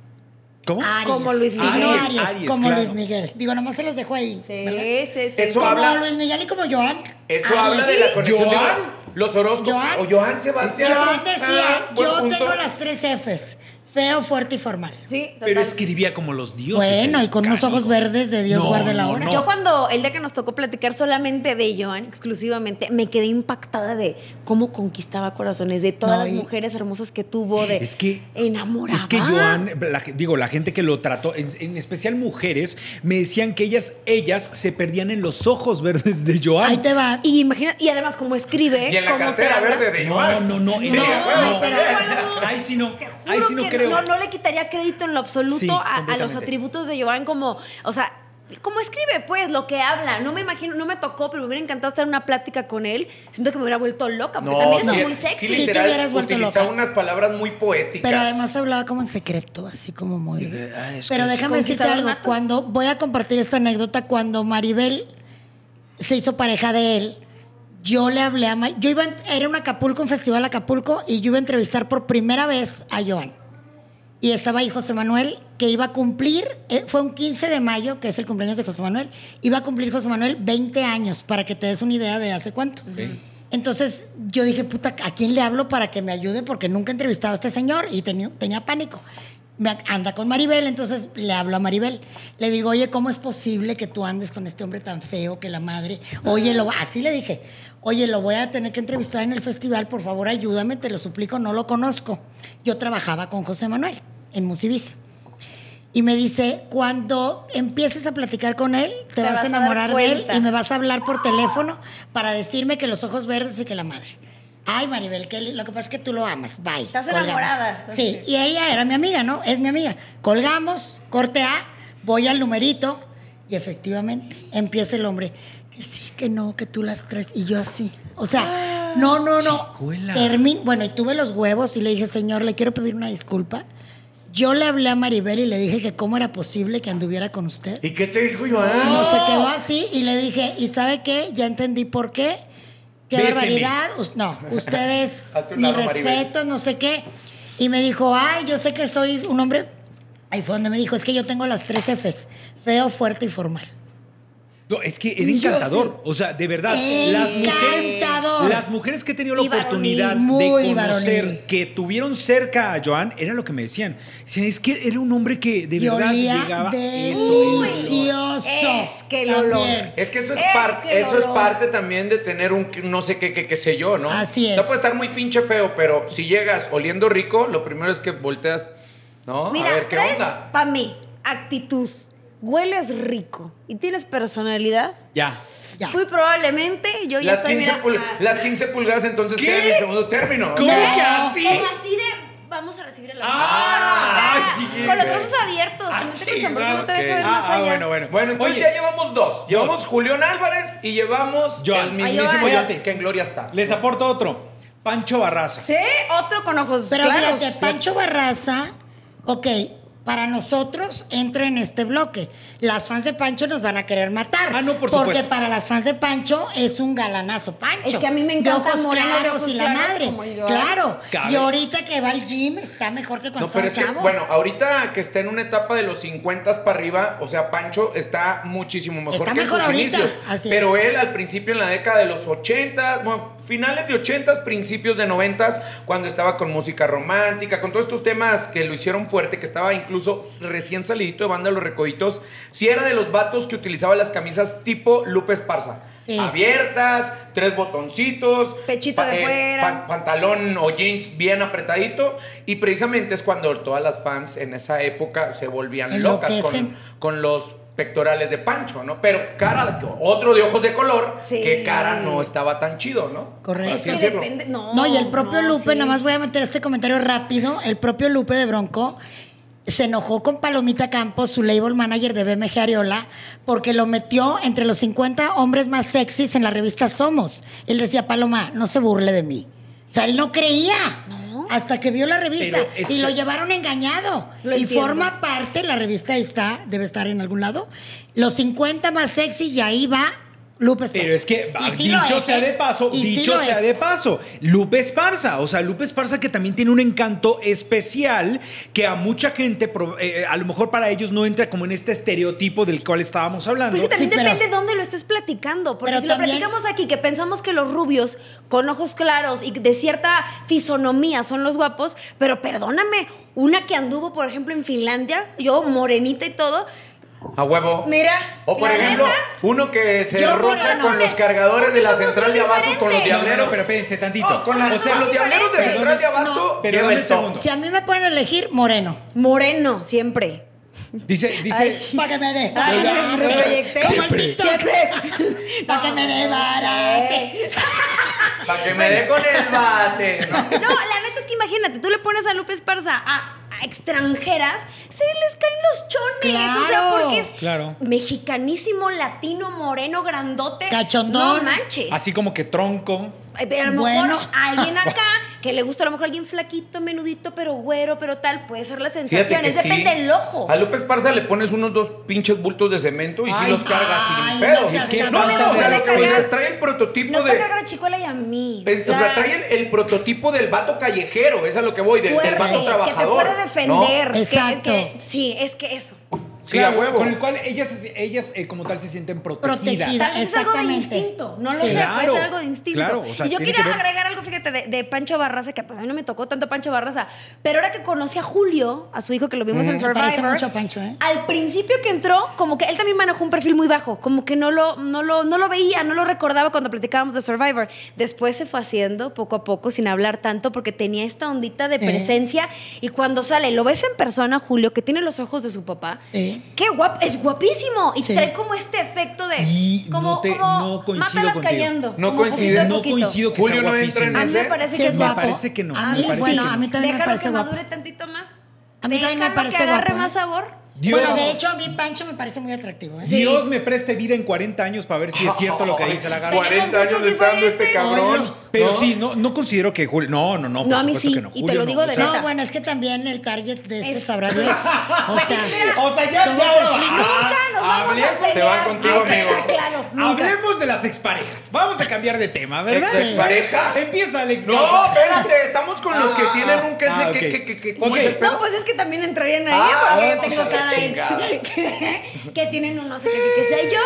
[SPEAKER 3] ¿Cómo?
[SPEAKER 1] Aries.
[SPEAKER 4] Como Luis
[SPEAKER 1] Signo
[SPEAKER 4] Miguel.
[SPEAKER 1] Aries,
[SPEAKER 3] Aries, Aries,
[SPEAKER 1] como
[SPEAKER 3] claro.
[SPEAKER 1] Luis Miguel. Digo, nomás se los dejo ahí.
[SPEAKER 4] Sí,
[SPEAKER 1] ¿verdad?
[SPEAKER 4] sí, sí.
[SPEAKER 2] Eso
[SPEAKER 1] Como
[SPEAKER 2] habla-
[SPEAKER 1] Luis Miguel y como Joan.
[SPEAKER 2] Eso
[SPEAKER 1] Aries.
[SPEAKER 2] habla de la conexión.
[SPEAKER 3] ¿Joan?
[SPEAKER 2] Digo, Los Orozco.
[SPEAKER 1] Joan.
[SPEAKER 2] O Joan Sebastián.
[SPEAKER 1] Joan decía,
[SPEAKER 2] Ah, buen
[SPEAKER 1] yo
[SPEAKER 2] punto.
[SPEAKER 1] tengo las tres Fs. feo, fuerte y formal.
[SPEAKER 4] Sí, total.
[SPEAKER 3] Pero escribía como los dioses.
[SPEAKER 1] bueno,
[SPEAKER 3] el
[SPEAKER 1] y con unos
[SPEAKER 3] canijo.
[SPEAKER 1] ojos verdes de Dios
[SPEAKER 3] No,
[SPEAKER 1] guarde la
[SPEAKER 3] no,
[SPEAKER 1] hora.
[SPEAKER 3] no.
[SPEAKER 4] Yo cuando el día que nos tocó platicar solamente de Joan, exclusivamente, me quedé impactada de cómo conquistaba corazones, de todas
[SPEAKER 1] No,
[SPEAKER 4] las
[SPEAKER 1] y-
[SPEAKER 4] mujeres hermosas que tuvo, de
[SPEAKER 3] Es que
[SPEAKER 4] enamorada.
[SPEAKER 3] Es que Joan, la ge- digo, la gente que lo trató, en, en especial mujeres, me decían que ellas, ellas se perdían en los ojos verdes de Joan.
[SPEAKER 1] Ahí te va.
[SPEAKER 4] Y imagina, y además como escribe.
[SPEAKER 2] Y en la
[SPEAKER 4] cómo te
[SPEAKER 2] cartera
[SPEAKER 4] habla.
[SPEAKER 2] verde de
[SPEAKER 3] No,
[SPEAKER 2] Joan.
[SPEAKER 3] no, no.
[SPEAKER 2] Sí,
[SPEAKER 3] no,
[SPEAKER 2] de acuerdo,
[SPEAKER 3] no,
[SPEAKER 4] pero
[SPEAKER 2] también.
[SPEAKER 4] bueno.
[SPEAKER 3] Ahí sí no.
[SPEAKER 4] Te juro
[SPEAKER 3] Ahí sí no
[SPEAKER 4] que
[SPEAKER 3] creo.
[SPEAKER 4] No, no le quitaría crédito en lo absoluto
[SPEAKER 3] Sí,
[SPEAKER 4] a, a los
[SPEAKER 3] completamente.
[SPEAKER 4] atributos de Joan como, o sea, como escribe, pues, lo que habla. No me imagino, no me tocó, pero me hubiera encantado estar en una plática con él. Siento que me hubiera vuelto loca, porque también es
[SPEAKER 1] sí,
[SPEAKER 4] muy sexy.
[SPEAKER 2] Sí,
[SPEAKER 1] Sí, te
[SPEAKER 2] literal,
[SPEAKER 1] hubieras vuelto
[SPEAKER 2] utilizaba
[SPEAKER 1] loca.
[SPEAKER 2] unas palabras muy poéticas.
[SPEAKER 1] Pero además hablaba como en secreto, así como muy.
[SPEAKER 3] Ah, es
[SPEAKER 1] Pero
[SPEAKER 3] que-
[SPEAKER 1] déjame decirte
[SPEAKER 4] Conquistador
[SPEAKER 1] algo.
[SPEAKER 4] nato.
[SPEAKER 1] Cuando voy a compartir esta anécdota, cuando Maribel se hizo pareja de él, yo le hablé a Ma- Yo iba, a- era un Acapulco, un festival Acapulco, y yo iba a entrevistar por primera vez a Joan. Y estaba ahí José Manuel, que iba a cumplir, eh, fue un 15 de mayo, que es el cumpleaños de José Manuel, iba a cumplir José Manuel 20 años, para que te des una idea de hace cuánto. Entonces yo dije, puta, ¿a quién le hablo para que me ayude? Porque nunca he entrevistado a este señor y tenía, tenía pánico. Me ac- anda con Maribel, entonces le hablo a Maribel. Le digo, oye, ¿cómo es posible que tú andes con este hombre tan feo que la madre? Oye, lo, así le dije, oye, lo voy a tener que entrevistar en el festival, por favor ayúdame, te lo suplico, no lo conozco. Yo trabajaba con José Manuel en Musivisa. Y me dice, cuando empieces a platicar con él, te, vas, a
[SPEAKER 4] dar
[SPEAKER 1] enamorar de él
[SPEAKER 4] cuenta.
[SPEAKER 1] y me vas a hablar por teléfono para decirme que los ojos verdes y que la madre. Ay, Maribel, que lo que pasa es que tú lo amas. Bye.
[SPEAKER 4] Estás
[SPEAKER 1] Colgamos.
[SPEAKER 4] enamorada.
[SPEAKER 1] Sí, y ella era mi amiga, ¿no? Es mi amiga. Colgamos, corte A, voy al numerito y efectivamente empieza el hombre. Que sí, que no, que tú las traes y yo así. O
[SPEAKER 4] Ah.
[SPEAKER 1] sea, no, no, no.
[SPEAKER 3] Chicuela.
[SPEAKER 1] Termin- bueno, y tuve los huevos y le dije, señor, le quiero pedir una disculpa. Yo le hablé a Maribel y le dije que cómo era posible que anduviera con usted.
[SPEAKER 2] ¿Y qué te dijo Joan?
[SPEAKER 1] No, se quedó así y le dije, ¿y sabe qué? Ya entendí por qué. Qué
[SPEAKER 3] Béseme.
[SPEAKER 1] barbaridad. Us- no, ustedes,
[SPEAKER 2] Hazte un
[SPEAKER 1] ni
[SPEAKER 2] lado, Maribel.
[SPEAKER 1] respeto, no sé qué. Y me dijo, ay, yo sé que soy un hombre. Ahí fue donde me dijo, es que yo tengo las tres Fs, feo, fuerte y formal.
[SPEAKER 3] No, es que era
[SPEAKER 1] Y yo
[SPEAKER 3] encantador. O sea, de verdad. Las mujeres,
[SPEAKER 1] Encantador.
[SPEAKER 3] las mujeres que he tenido la
[SPEAKER 4] Y varonil,
[SPEAKER 3] oportunidad de
[SPEAKER 1] muy
[SPEAKER 3] conocer,
[SPEAKER 1] varonil.
[SPEAKER 3] que tuvieron cerca a Joan, era lo que me decían. Decían, es que era un hombre que de
[SPEAKER 1] Y
[SPEAKER 3] verdad
[SPEAKER 1] olía
[SPEAKER 3] llegaba. eso, el olor.
[SPEAKER 1] delicioso.
[SPEAKER 4] Es que el olor.
[SPEAKER 1] También.
[SPEAKER 2] Es que eso es,
[SPEAKER 4] Es
[SPEAKER 2] parte,
[SPEAKER 4] que
[SPEAKER 2] eso es
[SPEAKER 4] no.
[SPEAKER 2] parte también de tener un que- no sé qué, qué, qué sé yo, ¿no?
[SPEAKER 1] Así
[SPEAKER 2] O
[SPEAKER 1] es.
[SPEAKER 2] sea, puede estar muy pinche feo, pero si llegas oliendo rico, lo primero es que volteas, ¿no?
[SPEAKER 4] Mira,
[SPEAKER 2] a ver qué
[SPEAKER 4] tres,
[SPEAKER 2] onda.
[SPEAKER 4] para mí, actitud. Hueles rico y tienes personalidad.
[SPEAKER 3] Ya.
[SPEAKER 1] Ya.
[SPEAKER 4] Muy probablemente yo ya
[SPEAKER 2] Las
[SPEAKER 4] estoy
[SPEAKER 2] 15,
[SPEAKER 4] mira,
[SPEAKER 2] pul-
[SPEAKER 4] así.
[SPEAKER 2] las 15 pulgadas entonces
[SPEAKER 3] ¿Qué?
[SPEAKER 2] quedan en el segundo término.
[SPEAKER 3] ¿Cómo
[SPEAKER 2] No.
[SPEAKER 3] que
[SPEAKER 1] Ah,
[SPEAKER 3] así?
[SPEAKER 4] Como así de vamos a recibir el amor.
[SPEAKER 3] Ah,
[SPEAKER 4] O sea,
[SPEAKER 3] ay,
[SPEAKER 4] con los
[SPEAKER 3] güey.
[SPEAKER 4] brazos abiertos,
[SPEAKER 3] Ah,
[SPEAKER 4] te metes con
[SPEAKER 3] chingado,
[SPEAKER 4] chambroso, no te deja
[SPEAKER 3] ok.
[SPEAKER 4] ver más
[SPEAKER 3] Ah, ah,
[SPEAKER 4] allá.
[SPEAKER 3] bueno, bueno.
[SPEAKER 2] Bueno, entonces
[SPEAKER 3] Oye.
[SPEAKER 2] ya llevamos dos. Llevamos Julián Álvarez y llevamos
[SPEAKER 3] Joan.
[SPEAKER 2] el mismísimo
[SPEAKER 3] Ay, Joan.
[SPEAKER 2] Joan, que en gloria está.
[SPEAKER 3] Les aporto otro. Pancho Barraza.
[SPEAKER 4] Sí, otro con ojos
[SPEAKER 1] Pero
[SPEAKER 4] claros.
[SPEAKER 1] fíjate, Pancho Barraza, ok, para nosotros entra en este bloque. Las fans de Pancho nos van a querer matar.
[SPEAKER 3] Ah, no, por
[SPEAKER 1] Porque
[SPEAKER 3] supuesto.
[SPEAKER 1] para las fans de Pancho es un galanazo Pancho.
[SPEAKER 4] Es que a mí me encanta
[SPEAKER 1] De ojos
[SPEAKER 4] moreno, de
[SPEAKER 1] claros
[SPEAKER 4] ojos
[SPEAKER 1] y la
[SPEAKER 4] claros
[SPEAKER 1] madre.
[SPEAKER 4] como yo.
[SPEAKER 1] Claro.
[SPEAKER 3] Cabe.
[SPEAKER 1] Y ahorita que va al gym está mejor que cuando
[SPEAKER 2] No, pero es
[SPEAKER 1] estaba
[SPEAKER 2] que,
[SPEAKER 1] chavo.
[SPEAKER 2] bueno, ahorita que está en una etapa de los 50 para arriba, o sea, Pancho está muchísimo mejor
[SPEAKER 1] Está
[SPEAKER 2] que
[SPEAKER 1] mejor
[SPEAKER 2] en sus
[SPEAKER 1] ahorita,
[SPEAKER 2] inicios.
[SPEAKER 1] así
[SPEAKER 2] pero él al principio en la década de los 80, bueno, finales de 80, principios de 90, cuando estaba con música romántica, con todos estos temas que lo hicieron fuerte, que estaba incluso recién salidito de banda Los Recoditos, si era de los vatos que utilizaba las camisas tipo Lupe Esparza.
[SPEAKER 1] Sí.
[SPEAKER 2] Abiertas, tres botoncitos, eh,
[SPEAKER 4] Pechito de fuera.
[SPEAKER 2] pan- pantalón o jeans bien apretadito y precisamente es cuando todas las fans en esa época se volvían locas con,
[SPEAKER 1] Enloquecen.
[SPEAKER 2] con los pectorales de Pancho, ¿no? Pero cara, otro de ojos de color,
[SPEAKER 4] Sí.
[SPEAKER 2] que cara no estaba tan chido, ¿no?
[SPEAKER 1] Correcto.
[SPEAKER 2] Por así
[SPEAKER 4] Es que
[SPEAKER 2] decirlo.
[SPEAKER 4] depende- No,
[SPEAKER 1] No, y el propio
[SPEAKER 4] no,
[SPEAKER 1] Lupe,
[SPEAKER 4] sí.
[SPEAKER 1] nada más voy a meter este comentario rápido. El propio Lupe de Bronco se enojó con Palomita Campos, su label manager de BMG Ariola, porque lo metió entre los 50 hombres más sexys en la revista Somos. Él decía, Paloma, no se burle de mí. O sea, él no creía. Hasta que vio la revista
[SPEAKER 3] Pero es
[SPEAKER 1] y
[SPEAKER 3] que-
[SPEAKER 1] lo llevaron engañado.
[SPEAKER 4] Lo
[SPEAKER 1] y
[SPEAKER 4] entiendo.
[SPEAKER 1] forma parte, la revista ahí está, debe estar en algún lado. Los 50 más sexys y ahí va Lupe Esparza.
[SPEAKER 3] Pero es que, ah,
[SPEAKER 1] Y sí lo
[SPEAKER 3] dicho
[SPEAKER 1] es,
[SPEAKER 3] sea
[SPEAKER 1] ¿eh?
[SPEAKER 3] de paso,
[SPEAKER 1] Y sí
[SPEAKER 3] dicho
[SPEAKER 1] lo
[SPEAKER 3] sea
[SPEAKER 1] es.
[SPEAKER 3] de paso, Lupe Esparza, o sea, Lupe Esparza que también tiene un encanto especial que a mucha gente, pro- eh, a lo mejor para ellos no entra como en este estereotipo del cual estábamos hablando.
[SPEAKER 4] Pero es que Pues también
[SPEAKER 1] Sí, pero-
[SPEAKER 4] depende de dónde lo estés platicando. Porque
[SPEAKER 1] Pero
[SPEAKER 4] si
[SPEAKER 1] también-
[SPEAKER 4] lo platicamos aquí, que pensamos que los rubios con ojos claros y de cierta fisonomía son los guapos, pero perdóname, una que anduvo, por ejemplo, en Finlandia, yo morenita y todo,
[SPEAKER 2] A huevo.
[SPEAKER 4] Mira,
[SPEAKER 2] O por
[SPEAKER 4] la
[SPEAKER 2] ejemplo,
[SPEAKER 4] neta.
[SPEAKER 2] uno que se
[SPEAKER 1] Yo
[SPEAKER 2] roza
[SPEAKER 1] por-
[SPEAKER 2] con
[SPEAKER 1] no,
[SPEAKER 2] los cargadores
[SPEAKER 4] porque
[SPEAKER 2] de la
[SPEAKER 4] somos
[SPEAKER 2] central de abajo con los
[SPEAKER 4] diferentes.
[SPEAKER 3] No, no,
[SPEAKER 2] diableros.
[SPEAKER 3] no, pero espérense tantito.
[SPEAKER 2] No, Oh, con la-
[SPEAKER 4] Porque
[SPEAKER 2] o sea,
[SPEAKER 4] somos
[SPEAKER 2] los diableros de
[SPEAKER 4] diferentes.
[SPEAKER 2] central de abajo.
[SPEAKER 3] No, pero
[SPEAKER 2] lleva
[SPEAKER 3] dame
[SPEAKER 2] el
[SPEAKER 3] un
[SPEAKER 2] top.
[SPEAKER 3] segundo.
[SPEAKER 1] Si a mí me pueden elegir, moreno.
[SPEAKER 4] moreno, siempre.
[SPEAKER 3] Dice, dice,
[SPEAKER 1] Para que me dé
[SPEAKER 4] Ay, me proyecté.
[SPEAKER 1] Como el
[SPEAKER 3] Siempre.
[SPEAKER 1] TikTok. Para que me dé barate.
[SPEAKER 2] Para que me dé con el bate. ¿no?
[SPEAKER 4] No, la neta es que imagínate, tú le pones a Lupe Esparza a, a extranjeras, se les caen los chones. O sea,
[SPEAKER 1] Claro.
[SPEAKER 4] porque es
[SPEAKER 3] Claro.
[SPEAKER 4] mexicanísimo, latino, moreno, grandote.
[SPEAKER 1] Cachondón.
[SPEAKER 4] No manches.
[SPEAKER 3] así como que tronco.
[SPEAKER 4] Eh, A lo
[SPEAKER 1] Bueno.
[SPEAKER 4] mejor
[SPEAKER 1] <laughs>
[SPEAKER 4] alguien acá que le gusta, a lo mejor alguien flaquito, menudito, pero güero, pero tal, puede ser la sensación. Es depende del ojo.
[SPEAKER 2] A Lupe Esparza le pones unos dos pinches bultos de cemento y sí
[SPEAKER 3] Ay,
[SPEAKER 2] los cargas
[SPEAKER 1] ay,
[SPEAKER 2] sin pedo.
[SPEAKER 1] no seas
[SPEAKER 2] ¿Y qué?
[SPEAKER 1] cabrón.
[SPEAKER 2] no, no, no. O sea,
[SPEAKER 4] Nos
[SPEAKER 2] lo que-
[SPEAKER 4] va a
[SPEAKER 2] o sea,
[SPEAKER 4] cargar.
[SPEAKER 2] trae el prototipo
[SPEAKER 4] Nos va a
[SPEAKER 2] de.
[SPEAKER 4] cargar a Chicuela y a mí.
[SPEAKER 2] es- o sea, trae el, el prototipo del vato callejero, es a lo que voy, del, del
[SPEAKER 4] fuerte,
[SPEAKER 2] vato
[SPEAKER 4] que te
[SPEAKER 2] trabajador.
[SPEAKER 4] puede
[SPEAKER 2] ¿no?
[SPEAKER 4] defender. que-
[SPEAKER 1] Exacto.
[SPEAKER 4] que- sí, es que eso.
[SPEAKER 2] Sí,
[SPEAKER 3] Claro,
[SPEAKER 2] a huevo.
[SPEAKER 3] Con el cual ellas, se- ellas eh, como tal se sienten protegidas.
[SPEAKER 1] Protegidas.
[SPEAKER 4] Tal vez es algo de
[SPEAKER 1] Exactamente.
[SPEAKER 4] instinto, no lo
[SPEAKER 1] Sí.
[SPEAKER 4] sé,
[SPEAKER 3] Claro,
[SPEAKER 4] puede ser algo de instinto.
[SPEAKER 3] claro, o sea,
[SPEAKER 4] y yo
[SPEAKER 3] tiene
[SPEAKER 4] quería
[SPEAKER 3] que ver-
[SPEAKER 4] agregar algo, fíjate, de, de Pancho Barraza, que pues, a mí no me tocó tanto Pancho Barraza, pero ahora que conocí a Julio, a su hijo que lo vimos en
[SPEAKER 1] Se Mm, parece
[SPEAKER 4] Survivor,
[SPEAKER 1] mucho a Pancho, ¿eh?
[SPEAKER 4] al principio que entró, como que él también manejó un perfil muy bajo, como que no lo, no lo, no lo veía, no lo recordaba cuando platicábamos de Survivor. Después se fue haciendo poco a poco, sin hablar tanto, porque tenía esta ondita de
[SPEAKER 1] Sí.
[SPEAKER 4] presencia, y cuando sale, lo ves en persona, Julio, que tiene los ojos de su papá,
[SPEAKER 1] Sí.
[SPEAKER 4] qué guapo, es guapísimo, y
[SPEAKER 1] Sí.
[SPEAKER 4] trae como este efecto de
[SPEAKER 3] Y
[SPEAKER 4] como,
[SPEAKER 3] no te-
[SPEAKER 4] como
[SPEAKER 3] no coincido
[SPEAKER 4] mátalas
[SPEAKER 3] contigo.
[SPEAKER 4] cayendo.
[SPEAKER 2] No
[SPEAKER 4] como
[SPEAKER 2] coincide,
[SPEAKER 4] poquito a
[SPEAKER 3] no
[SPEAKER 4] poquito.
[SPEAKER 3] coincido que
[SPEAKER 2] Julio
[SPEAKER 3] sea
[SPEAKER 2] no
[SPEAKER 3] guapísimo.
[SPEAKER 2] entra
[SPEAKER 4] A
[SPEAKER 2] en
[SPEAKER 4] mí me
[SPEAKER 2] ese.
[SPEAKER 4] parece
[SPEAKER 1] Sí
[SPEAKER 4] que
[SPEAKER 1] es
[SPEAKER 4] es
[SPEAKER 1] guapo.
[SPEAKER 4] guapo.
[SPEAKER 3] parece que no,
[SPEAKER 1] A
[SPEAKER 3] me
[SPEAKER 1] mí,
[SPEAKER 3] parece
[SPEAKER 1] bueno,
[SPEAKER 3] que no.
[SPEAKER 1] a mí también me
[SPEAKER 4] Déjalo
[SPEAKER 1] parece
[SPEAKER 4] que
[SPEAKER 1] guapo.
[SPEAKER 4] madure tantito más.
[SPEAKER 1] A mí también me
[SPEAKER 4] Déjalo
[SPEAKER 1] parece
[SPEAKER 4] que agarre
[SPEAKER 1] guapo, ¿eh?
[SPEAKER 4] más sabor.
[SPEAKER 3] Dios,
[SPEAKER 1] Bueno, de hecho, a mí Pancho me parece muy atractivo. ¿eh?
[SPEAKER 4] Sí.
[SPEAKER 3] Dios me preste vida en 40 años para ver si es cierto lo que dice la garra.
[SPEAKER 4] Tenemos
[SPEAKER 2] 40 años
[SPEAKER 4] gustos
[SPEAKER 2] le está dando este
[SPEAKER 4] diferentes.
[SPEAKER 1] Ay,
[SPEAKER 2] cabrón.
[SPEAKER 1] no.
[SPEAKER 3] Pero
[SPEAKER 2] ¿no?
[SPEAKER 3] sí, no, no considero que Julio. No, no, no. por
[SPEAKER 4] No, a mí
[SPEAKER 3] supuesto
[SPEAKER 4] sí,
[SPEAKER 3] que no.
[SPEAKER 4] y te
[SPEAKER 3] Julio
[SPEAKER 4] lo
[SPEAKER 3] no,
[SPEAKER 4] digo de
[SPEAKER 3] o sea,
[SPEAKER 4] neta.
[SPEAKER 1] No, bueno, es que también el target de este
[SPEAKER 4] Es- <laughs>
[SPEAKER 1] sabrá Dios. O
[SPEAKER 4] Pues
[SPEAKER 1] sea,
[SPEAKER 4] es que mira,
[SPEAKER 3] O sea, ya,
[SPEAKER 1] ¿cómo
[SPEAKER 3] ya-
[SPEAKER 1] te explico?
[SPEAKER 3] Ah,
[SPEAKER 4] Nunca nos vamos a
[SPEAKER 3] hablemos-
[SPEAKER 4] pelear.
[SPEAKER 2] se van contigo,
[SPEAKER 4] Ah,
[SPEAKER 2] amigo.
[SPEAKER 4] Claro, nunca.
[SPEAKER 3] Hablemos de las exparejas. Vamos a cambiar de tema, ¿verdad?
[SPEAKER 1] Ex-
[SPEAKER 2] ¿Exparejas?
[SPEAKER 3] Empieza Alex.
[SPEAKER 2] No, espérate, estamos con los que
[SPEAKER 3] Ah,
[SPEAKER 2] tienen un que
[SPEAKER 3] ah,
[SPEAKER 2] se- que-
[SPEAKER 3] ok.
[SPEAKER 2] que- que- que- ¿cómo
[SPEAKER 3] Ok.
[SPEAKER 2] es el pedo?
[SPEAKER 4] No, pues es que también entrarían ahí
[SPEAKER 2] Ah,
[SPEAKER 4] porque yo
[SPEAKER 2] vamos a
[SPEAKER 3] pues,
[SPEAKER 4] tengo
[SPEAKER 2] la
[SPEAKER 4] cada
[SPEAKER 2] chingada.
[SPEAKER 4] ex <laughs> que, que tienen un no sé qué, que, que sea yo.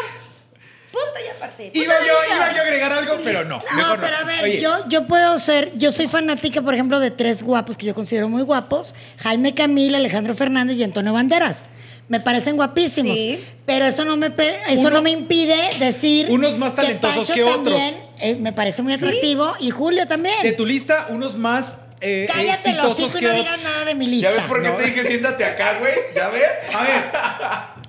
[SPEAKER 4] Punto y aparte. Punto
[SPEAKER 3] Iba
[SPEAKER 4] de
[SPEAKER 3] yo,
[SPEAKER 4] vista.
[SPEAKER 3] iba yo a agregar algo, pero no.
[SPEAKER 1] No,
[SPEAKER 3] mejor
[SPEAKER 1] pero a ver,
[SPEAKER 3] Oye,
[SPEAKER 1] yo, yo puedo ser, yo soy fanática, por ejemplo, de tres guapos que yo considero muy guapos, Jaime Camil, Alejandro Fernández y Antonio Banderas. Me parecen guapísimos,
[SPEAKER 4] Sí.
[SPEAKER 1] pero eso no me pe- eso
[SPEAKER 3] Uno-
[SPEAKER 1] no me impide decir
[SPEAKER 3] Unos más talentosos
[SPEAKER 1] Pancho
[SPEAKER 3] que otros.
[SPEAKER 1] también, eh, me parece muy atractivo y Julio también.
[SPEAKER 3] De tu lista, unos más. Eh,
[SPEAKER 1] Cállate los
[SPEAKER 3] exitosos
[SPEAKER 1] hocico y
[SPEAKER 3] que
[SPEAKER 1] no
[SPEAKER 3] otros.
[SPEAKER 1] digas nada de mi
[SPEAKER 2] ¿Ya
[SPEAKER 1] lista.
[SPEAKER 2] ves por qué
[SPEAKER 3] No.
[SPEAKER 2] te dije siéntate acá, güey? ¿Ya ves?
[SPEAKER 3] A ver,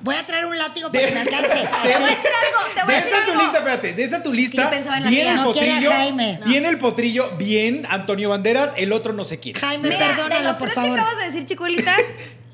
[SPEAKER 1] Voy a traer un látigo para que me
[SPEAKER 3] <laughs>
[SPEAKER 1] alcance.
[SPEAKER 4] Te voy a decir algo, te voy
[SPEAKER 3] de
[SPEAKER 4] a
[SPEAKER 3] esa
[SPEAKER 4] decir
[SPEAKER 3] tu
[SPEAKER 4] algo.
[SPEAKER 3] lista, espérate, de esa tu lista,
[SPEAKER 4] Yo pensaba en la
[SPEAKER 3] bien
[SPEAKER 4] mía.
[SPEAKER 3] el
[SPEAKER 1] No quiere a
[SPEAKER 3] potrillo,
[SPEAKER 1] Jaime. No.
[SPEAKER 3] bien el potrillo, bien Antonio Banderas, el otro no sé quién.
[SPEAKER 1] Jaime,
[SPEAKER 4] Mira, de
[SPEAKER 1] perdónalo,
[SPEAKER 4] los
[SPEAKER 1] por
[SPEAKER 4] tres
[SPEAKER 1] favor.
[SPEAKER 4] que acabas de decir, Chicuelita,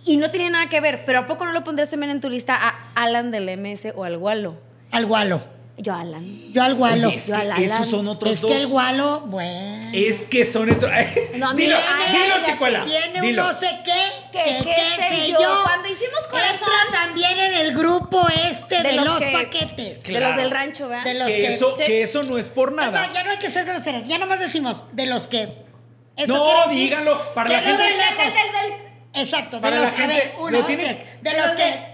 [SPEAKER 4] y no tiene nada que ver, pero ¿a poco no lo pondrías también en tu lista a Alan del MS o al Gualo?
[SPEAKER 1] Al gualo.
[SPEAKER 4] Yo, Alan.
[SPEAKER 1] Yo al gualo.
[SPEAKER 3] Oye, es
[SPEAKER 4] Yo a la
[SPEAKER 3] que esos
[SPEAKER 4] Alan.
[SPEAKER 3] son otros
[SPEAKER 1] es
[SPEAKER 3] dos.
[SPEAKER 1] que el gualo, bueno.
[SPEAKER 3] Es que son otros.
[SPEAKER 4] No, a mí-
[SPEAKER 3] dilo,
[SPEAKER 4] ay,
[SPEAKER 3] dilo,
[SPEAKER 4] ay,
[SPEAKER 3] chicuela.
[SPEAKER 1] Tiene
[SPEAKER 3] dilo.
[SPEAKER 1] un no sé qué,
[SPEAKER 4] Que
[SPEAKER 1] que
[SPEAKER 4] qué
[SPEAKER 1] qué sé yo.
[SPEAKER 4] Cuando hicimos corazón-
[SPEAKER 1] Entra también en el grupo este de, los,
[SPEAKER 4] que-
[SPEAKER 1] paquetes.
[SPEAKER 4] De los del rancho, ¿verdad?
[SPEAKER 1] De los
[SPEAKER 3] que,
[SPEAKER 1] que-
[SPEAKER 3] eso,
[SPEAKER 4] sí.
[SPEAKER 3] que eso no es por nada.
[SPEAKER 1] No, ya no hay que ser groseros, ya nomás decimos de los que. Eso
[SPEAKER 3] No,
[SPEAKER 1] quiere decir
[SPEAKER 3] díganlo, para
[SPEAKER 1] que
[SPEAKER 3] la
[SPEAKER 1] no
[SPEAKER 3] gente-
[SPEAKER 1] ven lejos.
[SPEAKER 4] Del- del- del-
[SPEAKER 1] Exacto, de
[SPEAKER 3] Para
[SPEAKER 1] los,
[SPEAKER 3] la
[SPEAKER 1] a ver,
[SPEAKER 3] gente,
[SPEAKER 1] uno,
[SPEAKER 3] lo
[SPEAKER 1] dos,
[SPEAKER 3] tienen-
[SPEAKER 1] tres. De los que.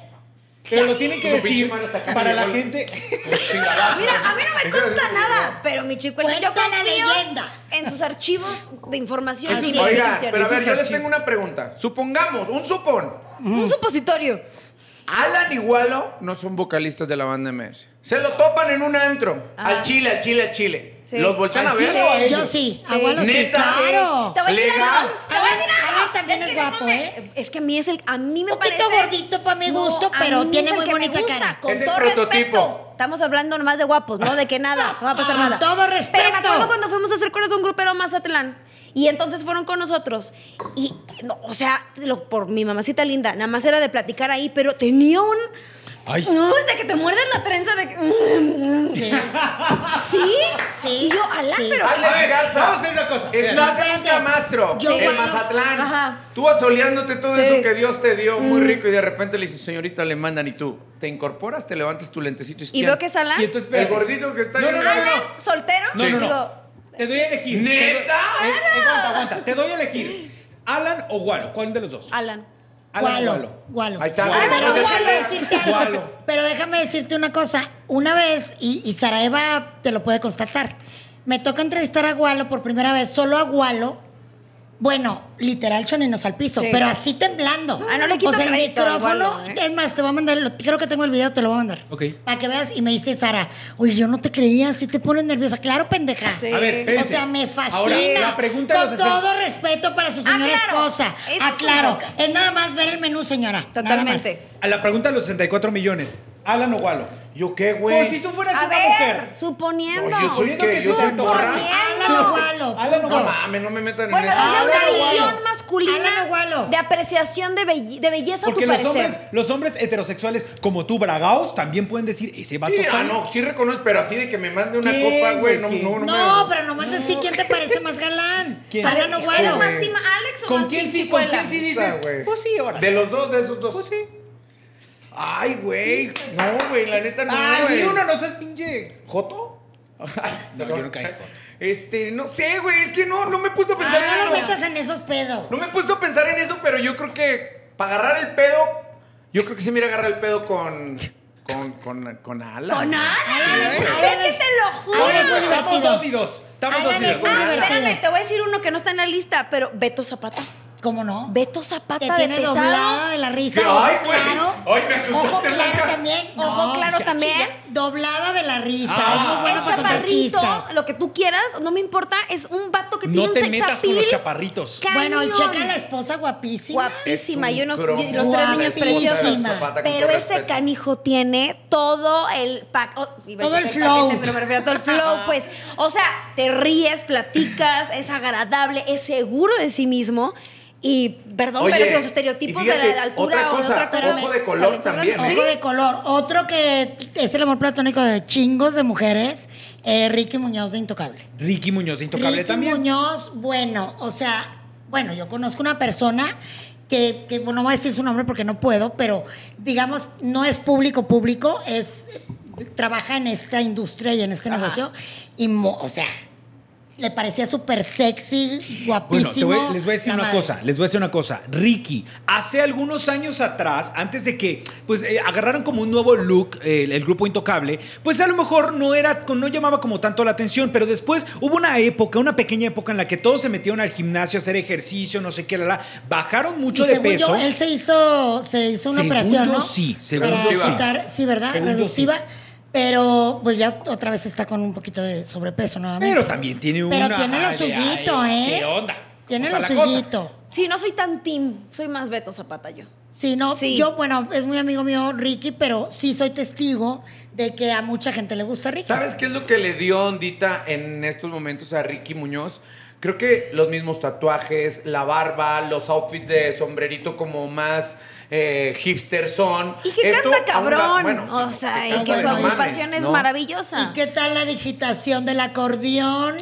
[SPEAKER 3] Pero lo tienen que
[SPEAKER 2] Su
[SPEAKER 3] decir
[SPEAKER 2] pinche mano está acá,
[SPEAKER 3] para la
[SPEAKER 2] güey.
[SPEAKER 3] gente.
[SPEAKER 2] Chingadazo.
[SPEAKER 4] Mira, a mí no me
[SPEAKER 2] Eso
[SPEAKER 4] consta
[SPEAKER 2] es-
[SPEAKER 4] nada, pero mi chicuela, yo
[SPEAKER 1] Cuenta la
[SPEAKER 4] confío
[SPEAKER 1] leyenda.
[SPEAKER 4] en sus archivos de información.
[SPEAKER 1] Así
[SPEAKER 4] y
[SPEAKER 1] es.
[SPEAKER 4] de redes
[SPEAKER 2] Oiga,
[SPEAKER 4] sociales.
[SPEAKER 2] pero a ver,
[SPEAKER 3] es
[SPEAKER 2] yo les
[SPEAKER 3] archivo.
[SPEAKER 2] tengo una pregunta. Supongamos, un supón.
[SPEAKER 4] Un supositorio.
[SPEAKER 2] Alan y Wallo no son vocalistas de la banda MS. Se lo topan en un antro.
[SPEAKER 4] Ajá.
[SPEAKER 2] Al chile, al chile, al chile.
[SPEAKER 4] Ah. Sí.
[SPEAKER 2] ¿Los voltean
[SPEAKER 3] Al
[SPEAKER 2] a ver?
[SPEAKER 3] chile o a
[SPEAKER 1] Yo
[SPEAKER 3] ellos.
[SPEAKER 1] sí,
[SPEAKER 4] Sí.
[SPEAKER 1] a Gualo sí,
[SPEAKER 2] Neta.
[SPEAKER 1] claro.
[SPEAKER 4] Te voy a decir
[SPEAKER 2] Legal.
[SPEAKER 4] algo, te voy a decir
[SPEAKER 1] Alan-
[SPEAKER 4] algo.
[SPEAKER 1] Alan también es
[SPEAKER 4] que
[SPEAKER 1] guapo,
[SPEAKER 4] déjame-
[SPEAKER 1] ¿eh?
[SPEAKER 4] Es que a mí es el, a mí me
[SPEAKER 1] Poquito
[SPEAKER 4] parece.
[SPEAKER 1] gordito pa' mi gusto,
[SPEAKER 4] a
[SPEAKER 1] pero
[SPEAKER 4] mí
[SPEAKER 1] tiene
[SPEAKER 4] es el
[SPEAKER 1] muy
[SPEAKER 4] que me
[SPEAKER 1] bonita
[SPEAKER 4] gusta,
[SPEAKER 1] cara.
[SPEAKER 4] Con
[SPEAKER 2] Es el
[SPEAKER 4] todo
[SPEAKER 2] prototipo.
[SPEAKER 4] respeto. Estamos hablando nomás de guapos, no de que nada, no va a pasar
[SPEAKER 1] Con
[SPEAKER 4] nada.
[SPEAKER 1] todo
[SPEAKER 4] Pero
[SPEAKER 1] respeto.
[SPEAKER 4] me acuerdo cuando fuimos a hacer corazón grupero a Mazatlán. Y entonces fueron con nosotros. Y, no, o sea, lo- por mi mamacita linda, nada más era de platicar ahí, pero tenía un.
[SPEAKER 3] Ay.
[SPEAKER 4] No, de que te muerdes la trenza de. que-
[SPEAKER 1] Sí.
[SPEAKER 4] <laughs> Sí,
[SPEAKER 1] Sí.
[SPEAKER 4] Y yo, Alan,
[SPEAKER 1] Sí.
[SPEAKER 4] pero.
[SPEAKER 2] Hazle-
[SPEAKER 4] que-
[SPEAKER 2] Alex Garza.
[SPEAKER 5] vamos a hacer una cosa.
[SPEAKER 2] Es
[SPEAKER 1] Sí,
[SPEAKER 2] la
[SPEAKER 1] espérate.
[SPEAKER 2] Blanca Mastro,
[SPEAKER 1] Yo
[SPEAKER 2] en
[SPEAKER 1] bailo-
[SPEAKER 2] Mazatlán.
[SPEAKER 4] Ajá.
[SPEAKER 2] Tú vas oleándote todo
[SPEAKER 4] Sí. Mm.
[SPEAKER 2] eso que Dios te dio, muy rico, y de repente le dices, señorita, le mandan, y tú te incorporas, te levantas tu lentecito
[SPEAKER 4] Y
[SPEAKER 2] izquierdo.
[SPEAKER 4] veo que es Alan.
[SPEAKER 5] Y entonces,
[SPEAKER 2] El
[SPEAKER 5] espérate.
[SPEAKER 2] gordito que está
[SPEAKER 5] No,
[SPEAKER 2] ahí.
[SPEAKER 5] no, no, no,
[SPEAKER 4] Alan,
[SPEAKER 5] no.
[SPEAKER 4] soltero.
[SPEAKER 5] No, no, no.
[SPEAKER 4] Digo,
[SPEAKER 5] Te doy a elegir.
[SPEAKER 2] ¿Neta?
[SPEAKER 5] Te doy- eh, eh, aguanta, aguanta. Te doy a elegir. ¿Alan o Gualo? ¿Cuál de los dos?
[SPEAKER 4] Alan.
[SPEAKER 5] Alan o
[SPEAKER 1] Gualo,
[SPEAKER 5] Gualo.
[SPEAKER 1] gualo.
[SPEAKER 2] Ahí está.
[SPEAKER 1] Pero
[SPEAKER 2] Alan,
[SPEAKER 1] déjame
[SPEAKER 4] gualo.
[SPEAKER 1] decirte algo.
[SPEAKER 5] Gualo.
[SPEAKER 1] Pero déjame decirte una cosa. Una vez, y, y Saraeva te lo puede constatar, me toca entrevistar a Gualo por primera vez, solo a Gualo. Bueno, literal choninos al piso,
[SPEAKER 4] Sí.
[SPEAKER 1] pero así temblando.
[SPEAKER 4] Ah, no le quito
[SPEAKER 1] o sea, el
[SPEAKER 4] crédito al
[SPEAKER 1] micrófono,
[SPEAKER 4] Gualo, ¿eh?
[SPEAKER 1] es más, te voy a mandar, lo- creo que tengo el video, te lo voy a mandar.
[SPEAKER 3] Ok.
[SPEAKER 1] Para que veas, y me dice Sara, oye, yo no te creía, si te pones nerviosa. Claro, pendeja.
[SPEAKER 4] Sí. Eh,
[SPEAKER 3] A ver,
[SPEAKER 1] O
[SPEAKER 3] espérense.
[SPEAKER 1] sea, me fascina.
[SPEAKER 3] Ahora, la pregunta de
[SPEAKER 1] Con
[SPEAKER 3] los sesenta-
[SPEAKER 1] todo respeto para su señora
[SPEAKER 4] Aclaro.
[SPEAKER 1] esposa.
[SPEAKER 4] Ah, Esas son
[SPEAKER 1] Aclaro.
[SPEAKER 4] locas.
[SPEAKER 1] Es nada más ver el menú, señora. Nada
[SPEAKER 4] Totalmente.
[SPEAKER 1] más.
[SPEAKER 3] A la pregunta de los 64 millones, ¿Alan o Gualo?
[SPEAKER 2] ¿Yo qué,
[SPEAKER 3] Pues
[SPEAKER 2] güey?
[SPEAKER 3] si tú fueras
[SPEAKER 4] A
[SPEAKER 3] una
[SPEAKER 4] ver,
[SPEAKER 3] mujer.
[SPEAKER 4] suponiendo.
[SPEAKER 2] No, yo soy
[SPEAKER 3] Suponiendo
[SPEAKER 2] que
[SPEAKER 3] que
[SPEAKER 2] yo
[SPEAKER 3] sí,
[SPEAKER 2] soy
[SPEAKER 3] suponiendo.
[SPEAKER 2] morra.
[SPEAKER 1] Alan Ogualo.
[SPEAKER 3] Alan
[SPEAKER 2] No mames, no me metan
[SPEAKER 4] Bueno,
[SPEAKER 2] en
[SPEAKER 4] sería
[SPEAKER 2] eso.
[SPEAKER 1] Alan
[SPEAKER 4] una
[SPEAKER 1] Ogualo.
[SPEAKER 4] visión masculina
[SPEAKER 1] Alan Ogualo.
[SPEAKER 4] de apreciación de, belle- de belleza
[SPEAKER 3] Porque
[SPEAKER 4] a tu
[SPEAKER 3] los
[SPEAKER 4] parecer.
[SPEAKER 3] hombres, los hombres heterosexuales como tú, bragaos, también pueden decir, ese vato
[SPEAKER 2] Sí,
[SPEAKER 3] está...
[SPEAKER 2] ah, no, sí reconozco, pero así de que me mande una
[SPEAKER 3] ¿Qué,
[SPEAKER 2] copa, güey,
[SPEAKER 3] güey,
[SPEAKER 2] no,
[SPEAKER 3] qué?
[SPEAKER 2] no, no,
[SPEAKER 1] No,
[SPEAKER 2] me-
[SPEAKER 1] pero nomás decir quién te parece más galán.
[SPEAKER 3] ¿Quién?
[SPEAKER 1] Alan
[SPEAKER 3] Ay,
[SPEAKER 1] Ogualo.
[SPEAKER 2] güey.
[SPEAKER 4] más tima- Alex o
[SPEAKER 3] ¿Con
[SPEAKER 4] más
[SPEAKER 3] quién,
[SPEAKER 4] team
[SPEAKER 3] sí, ¿Con
[SPEAKER 4] Chicuela?
[SPEAKER 3] quién sí
[SPEAKER 2] Puta, güey.
[SPEAKER 3] dices? Pues sí, ahora.
[SPEAKER 2] De los dos, de esos dos.
[SPEAKER 3] Pues sí.
[SPEAKER 2] Ay, güey. No, güey, la neta no,
[SPEAKER 3] Ay,
[SPEAKER 2] güey.
[SPEAKER 3] y Ah, uno no seas pinche...
[SPEAKER 2] <laughs> ¿Joto?
[SPEAKER 3] No, yo no caí en joto.
[SPEAKER 2] Este, no sé, güey, es que no, no me he puesto a
[SPEAKER 1] Ah,
[SPEAKER 2] pensar en
[SPEAKER 1] no lo
[SPEAKER 2] eso.
[SPEAKER 1] metas en esos pedos.
[SPEAKER 2] No me he puesto a pensar en eso, pero yo creo que para agarrar el pedo, yo creo que sí me iré a agarrar el pedo con. con. con. con Alan.
[SPEAKER 4] ¿Con Alan? Ah,
[SPEAKER 2] Sí, güey.
[SPEAKER 4] Es que te lo juro.
[SPEAKER 1] Alan es muy
[SPEAKER 3] Estamos
[SPEAKER 1] divertido.
[SPEAKER 3] dos y dos. Estamos
[SPEAKER 1] Alan
[SPEAKER 3] dos y
[SPEAKER 1] es
[SPEAKER 3] dos.
[SPEAKER 1] muy
[SPEAKER 4] Ah,
[SPEAKER 1] divertido.
[SPEAKER 4] espérame, te voy a decir uno que no está en la lista, pero Beto Zapata.
[SPEAKER 1] ¿Cómo no?
[SPEAKER 4] Beto
[SPEAKER 1] Te
[SPEAKER 4] Zapata de
[SPEAKER 1] tiene
[SPEAKER 4] pesado.
[SPEAKER 1] doblada de la risa.
[SPEAKER 2] ¿Qué?
[SPEAKER 1] ojo
[SPEAKER 2] Ay, güey.
[SPEAKER 1] claro.
[SPEAKER 2] Ay, me asustaste,
[SPEAKER 1] Ojo claro
[SPEAKER 2] Blanca.
[SPEAKER 1] también.
[SPEAKER 4] Ojo claro
[SPEAKER 1] ya
[SPEAKER 4] también.
[SPEAKER 1] chinga. Doblada de la risa.
[SPEAKER 3] Ah,
[SPEAKER 1] es muy bueno
[SPEAKER 4] es
[SPEAKER 1] para contar
[SPEAKER 4] chaparrito,
[SPEAKER 1] chistes.
[SPEAKER 4] lo que tú quieras, no me importa, es un vato que tiene
[SPEAKER 3] No
[SPEAKER 4] un
[SPEAKER 3] te
[SPEAKER 4] sex
[SPEAKER 3] metas con los
[SPEAKER 4] appeal
[SPEAKER 3] chaparritos.
[SPEAKER 4] cañón.
[SPEAKER 1] Bueno, y checa a la esposa guapísima.
[SPEAKER 4] Guapísima,
[SPEAKER 2] Es un
[SPEAKER 4] y, unos, y
[SPEAKER 2] cromo.
[SPEAKER 4] los tres
[SPEAKER 1] Guapísima.
[SPEAKER 4] niños
[SPEAKER 1] Esposa
[SPEAKER 4] preciosos.
[SPEAKER 1] de
[SPEAKER 2] Zapata, con
[SPEAKER 4] Pero
[SPEAKER 2] todo
[SPEAKER 4] ese
[SPEAKER 2] respeto.
[SPEAKER 4] canijo tiene todo el pack. oh, iba a
[SPEAKER 1] Todo
[SPEAKER 4] decir
[SPEAKER 1] el flow.
[SPEAKER 4] paquete, pero me refiero a todo el flow, pues. O sea, te ríes, platicas, es agradable, es seguro de sí mismo. Y perdón,
[SPEAKER 2] Oye,
[SPEAKER 4] pero los
[SPEAKER 2] y
[SPEAKER 4] estereotipos de
[SPEAKER 2] fíjate,
[SPEAKER 4] la, la altura
[SPEAKER 2] otra
[SPEAKER 4] o de
[SPEAKER 2] cosa,
[SPEAKER 4] otra cosa.
[SPEAKER 2] ojo de color
[SPEAKER 4] salen sobrando.
[SPEAKER 2] también, ¿eh?
[SPEAKER 1] Ojo de color. Otro que es el amor platónico de chingos de mujeres, eh, Ricky Muñoz de Intocable.
[SPEAKER 3] Ricky Muñoz, intocable
[SPEAKER 1] Ricky
[SPEAKER 3] también.
[SPEAKER 1] Muñoz, bueno, o sea, bueno, yo conozco una persona que, que bueno, no voy a decir su nombre porque no puedo, pero digamos, no es público público, es trabaja en esta industria y en este
[SPEAKER 4] Ajá.
[SPEAKER 1] negocio, y mo- o sea, le parecía súper sexy,
[SPEAKER 3] Bueno,
[SPEAKER 1] guapísimo.
[SPEAKER 3] te voy- les voy a decir
[SPEAKER 1] la
[SPEAKER 3] una
[SPEAKER 1] madre.
[SPEAKER 3] cosa, les voy a decir una cosa. Ricky, hace algunos años atrás, antes de que pues eh, agarraran como un nuevo look eh, el, el grupo Intocable, pues a lo mejor no era no llamaba como tanto la atención, pero después hubo una época, una pequeña época en la que todos se metieron al gimnasio a hacer ejercicio, no sé qué, la la, bajaron
[SPEAKER 1] Y
[SPEAKER 3] mucho de
[SPEAKER 1] según
[SPEAKER 3] peso.
[SPEAKER 1] yo, él se hizo, se hizo una
[SPEAKER 3] Según
[SPEAKER 1] operación,
[SPEAKER 3] yo,
[SPEAKER 1] ¿no?
[SPEAKER 3] sí, según
[SPEAKER 1] Para
[SPEAKER 2] yo, sí.
[SPEAKER 1] quitar- sí, ¿verdad?
[SPEAKER 3] Según yo,
[SPEAKER 1] Reductiva. Pero pues ya otra vez está con un poquito de sobrepeso nuevamente.
[SPEAKER 3] pero también tiene un
[SPEAKER 1] Pero tiene lo suyito, ¿eh?
[SPEAKER 3] ¿Qué onda?
[SPEAKER 1] Tiene
[SPEAKER 3] ¿Cómo
[SPEAKER 1] lo
[SPEAKER 3] está la cosa?
[SPEAKER 1] suyito.
[SPEAKER 4] Sí, no soy tan team, soy más Beto Zapata yo.
[SPEAKER 1] Sí, no,
[SPEAKER 4] Sí.
[SPEAKER 1] yo, bueno, es muy amigo mío Ricky, pero sí soy testigo de que a mucha gente le gusta Ricky.
[SPEAKER 2] ¿Sabes qué es lo que le dio ondita en estos momentos a Ricky Muñoz? Creo que los mismos tatuajes, la barba, los outfits de sombrerito como más eh, hipster son.
[SPEAKER 4] Y que
[SPEAKER 2] Esto
[SPEAKER 4] canta
[SPEAKER 2] a un ra-
[SPEAKER 4] cabrón.
[SPEAKER 2] bueno,
[SPEAKER 4] o
[SPEAKER 2] sí,
[SPEAKER 4] sea,
[SPEAKER 1] canta
[SPEAKER 4] y que su
[SPEAKER 1] cabrón.
[SPEAKER 4] agrupación
[SPEAKER 2] Mames,
[SPEAKER 4] es
[SPEAKER 2] ¿no?
[SPEAKER 4] maravillosa.
[SPEAKER 1] ¿Y qué tal la digitación del acordeón?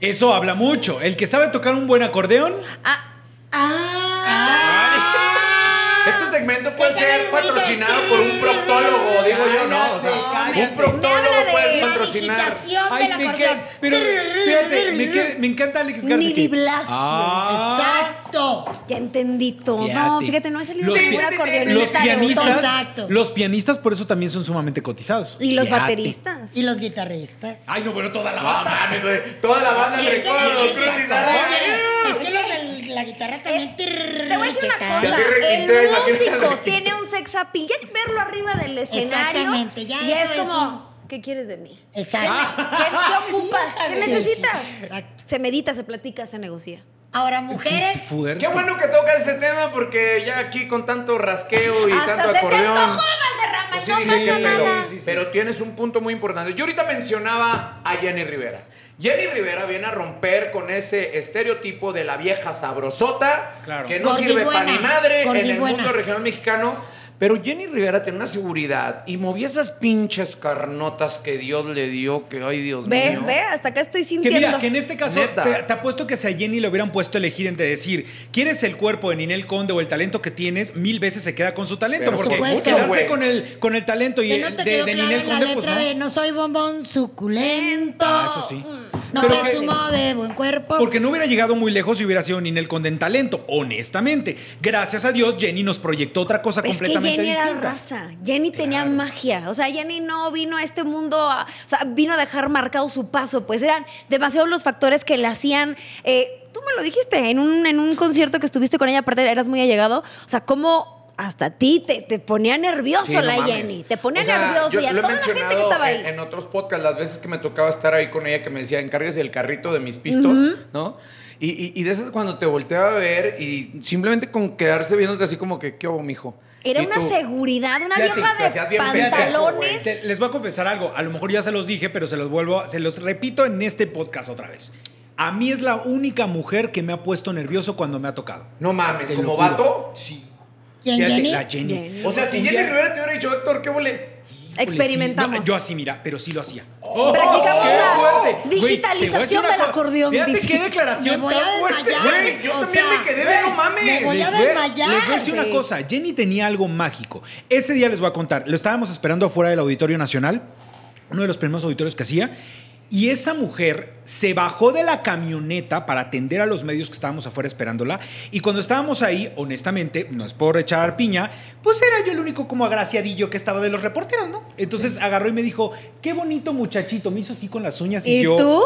[SPEAKER 3] Eso habla mucho. El que sabe tocar un buen acordeón,
[SPEAKER 4] Ah, ah,
[SPEAKER 2] Este segmento puede
[SPEAKER 1] Que gane
[SPEAKER 2] ser
[SPEAKER 1] el bonito.
[SPEAKER 2] patrocinado por un proctólogo, digo yo, ¿no? O sea,
[SPEAKER 3] Cállate,
[SPEAKER 2] un
[SPEAKER 3] cállate.
[SPEAKER 4] Me habla
[SPEAKER 2] proctólogo
[SPEAKER 4] de
[SPEAKER 2] puede
[SPEAKER 4] la
[SPEAKER 2] patrocinar.
[SPEAKER 1] digitación
[SPEAKER 3] Ay,
[SPEAKER 1] del
[SPEAKER 3] me
[SPEAKER 1] acordeón.
[SPEAKER 3] queda- pero fíjate, me, queda- me encanta Alex Garza.
[SPEAKER 4] Ni
[SPEAKER 3] que-
[SPEAKER 4] Di Blasio.
[SPEAKER 3] Ah,
[SPEAKER 1] Exacto.
[SPEAKER 4] ya entendí todo.
[SPEAKER 3] Fíjate.
[SPEAKER 4] Fíjate, no he salido
[SPEAKER 3] Los
[SPEAKER 4] de
[SPEAKER 3] pi-
[SPEAKER 4] ningún acordeón.
[SPEAKER 3] Los pianistas,
[SPEAKER 1] Exacto.
[SPEAKER 3] los pianistas por eso también son sumamente cotizados.
[SPEAKER 4] Y los
[SPEAKER 3] Fíjate.
[SPEAKER 4] bateristas.
[SPEAKER 1] Y los guitarristas.
[SPEAKER 3] Ay, no, bueno, toda la
[SPEAKER 2] No,
[SPEAKER 3] banda.
[SPEAKER 2] mames, güey, toda la banda
[SPEAKER 1] Es que
[SPEAKER 2] recuerda
[SPEAKER 1] los
[SPEAKER 2] los
[SPEAKER 1] del-
[SPEAKER 2] Crucis.
[SPEAKER 1] Es que los de la guitarra también.
[SPEAKER 4] Te voy a decir una
[SPEAKER 2] Ya
[SPEAKER 4] cosa,
[SPEAKER 2] se requintea,
[SPEAKER 4] el
[SPEAKER 2] imagínate.
[SPEAKER 4] músico tiene un sex appeal, ya verlo arriba del escenario,
[SPEAKER 1] Exactamente, ya
[SPEAKER 4] y es
[SPEAKER 1] eso es
[SPEAKER 4] como, ¿qué quieres
[SPEAKER 1] <laughs>
[SPEAKER 4] de mí?
[SPEAKER 1] Exacto.
[SPEAKER 4] ¿Qué, qué ocupas? ¿Qué
[SPEAKER 1] Sí,
[SPEAKER 4] necesitas?
[SPEAKER 1] exacto.
[SPEAKER 4] Se medita, se platica, se negocia.
[SPEAKER 1] Ahora, mujeres.
[SPEAKER 3] Fuerte.
[SPEAKER 2] Qué bueno que tocas ese tema porque ya aquí con tanto rasqueo y tanto
[SPEAKER 4] Hasta se te
[SPEAKER 2] acordeón.
[SPEAKER 4] antojó Valderrama,
[SPEAKER 2] Pues sí,
[SPEAKER 4] no
[SPEAKER 2] dije,
[SPEAKER 4] pasa
[SPEAKER 2] ¿qué pedo?
[SPEAKER 4] nada.
[SPEAKER 2] Pero tienes un punto muy importante. Yo ahorita mencionaba a Jenny Rivera. Jenny Rivera viene a romper con ese estereotipo de la vieja sabrosota
[SPEAKER 3] Claro.
[SPEAKER 2] que no sirve
[SPEAKER 1] Gordibuena,
[SPEAKER 2] para ni madre en el
[SPEAKER 1] gordibuena.
[SPEAKER 2] mundo regional mexicano. Pero Jenny Rivera tenía una seguridad y movía esas pinches carnotas que Dios le dio, que ay Dios
[SPEAKER 4] Ve,
[SPEAKER 2] mío.
[SPEAKER 4] ve, hasta acá estoy
[SPEAKER 3] Que
[SPEAKER 4] sintiendo.
[SPEAKER 3] mira, que en este caso,
[SPEAKER 2] Neta.
[SPEAKER 3] te, te apuesto que si a Jenny le hubieran puesto a elegir entre decir, ¿quieres el cuerpo de Ninel Conde o el talento que tienes? Mil veces se queda con su talento.
[SPEAKER 2] Pero
[SPEAKER 3] porque
[SPEAKER 1] por supuesto,
[SPEAKER 3] quedarse
[SPEAKER 2] güey.
[SPEAKER 3] con el, con el talento y
[SPEAKER 1] Que no
[SPEAKER 3] el
[SPEAKER 1] te
[SPEAKER 3] de,
[SPEAKER 1] quedó
[SPEAKER 3] de
[SPEAKER 1] claro
[SPEAKER 3] Ninel
[SPEAKER 1] en la
[SPEAKER 3] Conde,
[SPEAKER 1] letra
[SPEAKER 3] pues no.
[SPEAKER 1] de no soy bombón suculento.
[SPEAKER 3] Ah, eso sí.
[SPEAKER 1] No
[SPEAKER 3] Pero que-
[SPEAKER 1] presumo de buen cuerpo.
[SPEAKER 3] Porque no hubiera llegado muy lejos si hubiera sido Ninel Conde en talento, honestamente. Gracias a Dios, Jenny nos proyectó otra cosa
[SPEAKER 4] Es que
[SPEAKER 3] completamente
[SPEAKER 4] Jenny era
[SPEAKER 3] distinta.
[SPEAKER 4] raza, Jenny tenía magia, o sea, Jenny no vino a este mundo, a- o sea, vino a dejar marcado su paso, pues eran demasiados los factores que la hacían, eh, tú me lo dijiste, en un, en un concierto que estuviste con ella, aparte eras muy allegado, o sea, cómo hasta a ti te, te ponía nervioso
[SPEAKER 2] Sí, no
[SPEAKER 4] la
[SPEAKER 2] mames.
[SPEAKER 4] Jenny, te ponía
[SPEAKER 2] O sea,
[SPEAKER 4] nervioso
[SPEAKER 2] yo
[SPEAKER 4] y a
[SPEAKER 2] lo he
[SPEAKER 4] toda la gente que
[SPEAKER 2] mencionado
[SPEAKER 4] estaba ahí.
[SPEAKER 2] en- En, otros podcasts, las veces que me tocaba estar ahí con ella, que me decía, encárguese el carrito de mis pistos, ¿no? Y, y- y de esas cuando te volteaba a ver y simplemente con quedarse viéndote así como que, ¿qué hago, mijo?
[SPEAKER 4] Era
[SPEAKER 2] Y
[SPEAKER 4] una
[SPEAKER 2] tú,
[SPEAKER 4] seguridad, una
[SPEAKER 2] Fíjate,
[SPEAKER 4] vieja
[SPEAKER 2] te hacías
[SPEAKER 4] de
[SPEAKER 2] bien pendejo,
[SPEAKER 4] pantalones.
[SPEAKER 2] güey.
[SPEAKER 3] Te- les voy a confesar algo, a lo mejor ya se los dije, pero se los vuelvo, a- se los repito en este podcast otra vez. A mí es la única mujer que me ha puesto nervioso cuando me ha tocado.
[SPEAKER 2] No mames,
[SPEAKER 3] Te lo
[SPEAKER 2] ¿como
[SPEAKER 3] juro.
[SPEAKER 2] vato?
[SPEAKER 3] Sí.
[SPEAKER 1] ¿Y en
[SPEAKER 3] Fíjate,
[SPEAKER 1] Jenny?
[SPEAKER 3] La Jenny.
[SPEAKER 4] Jenny.
[SPEAKER 2] O sea, si Jenny
[SPEAKER 3] Ya-
[SPEAKER 2] Rivera te hubiera dicho, Héctor, ¿qué vole?
[SPEAKER 3] Híjole,
[SPEAKER 4] Experimentamos.
[SPEAKER 3] sí. No, yo así, mira, pero sí lo hacía.
[SPEAKER 2] ¡Oh,
[SPEAKER 4] Practicamos
[SPEAKER 3] ¡Qué
[SPEAKER 4] la
[SPEAKER 3] fuerte! Güey, te voy a decir
[SPEAKER 4] digitalización
[SPEAKER 3] una
[SPEAKER 4] del
[SPEAKER 3] cosa.
[SPEAKER 4] acordeón.
[SPEAKER 3] Fíjate
[SPEAKER 4] dice.
[SPEAKER 3] qué declaración
[SPEAKER 1] Me voy a
[SPEAKER 3] tan fuerte.
[SPEAKER 1] desmayar.
[SPEAKER 3] Güey,
[SPEAKER 2] Yo
[SPEAKER 1] O
[SPEAKER 2] también
[SPEAKER 1] sea,
[SPEAKER 2] me quedé de no mames.
[SPEAKER 1] me voy a
[SPEAKER 3] Les voy-
[SPEAKER 1] desmayar.
[SPEAKER 3] Les voy a decir una
[SPEAKER 4] Sí.
[SPEAKER 3] cosa. Jenny tenía algo mágico. Ese día les voy a contar. Lo estábamos esperando afuera del Auditorio Nacional, uno de los primeros auditorios que hacía. Y esa mujer se bajó de la camioneta para atender a los medios que estábamos afuera esperándola. Y cuando estábamos ahí, honestamente, no es por echar piña, pues era yo el único como agraciadillo que estaba de los reporteros, ¿no? Entonces agarró y me dijo, qué bonito muchachito. Me hizo así con las uñas y,
[SPEAKER 4] ¿Y
[SPEAKER 3] yo...
[SPEAKER 4] tú?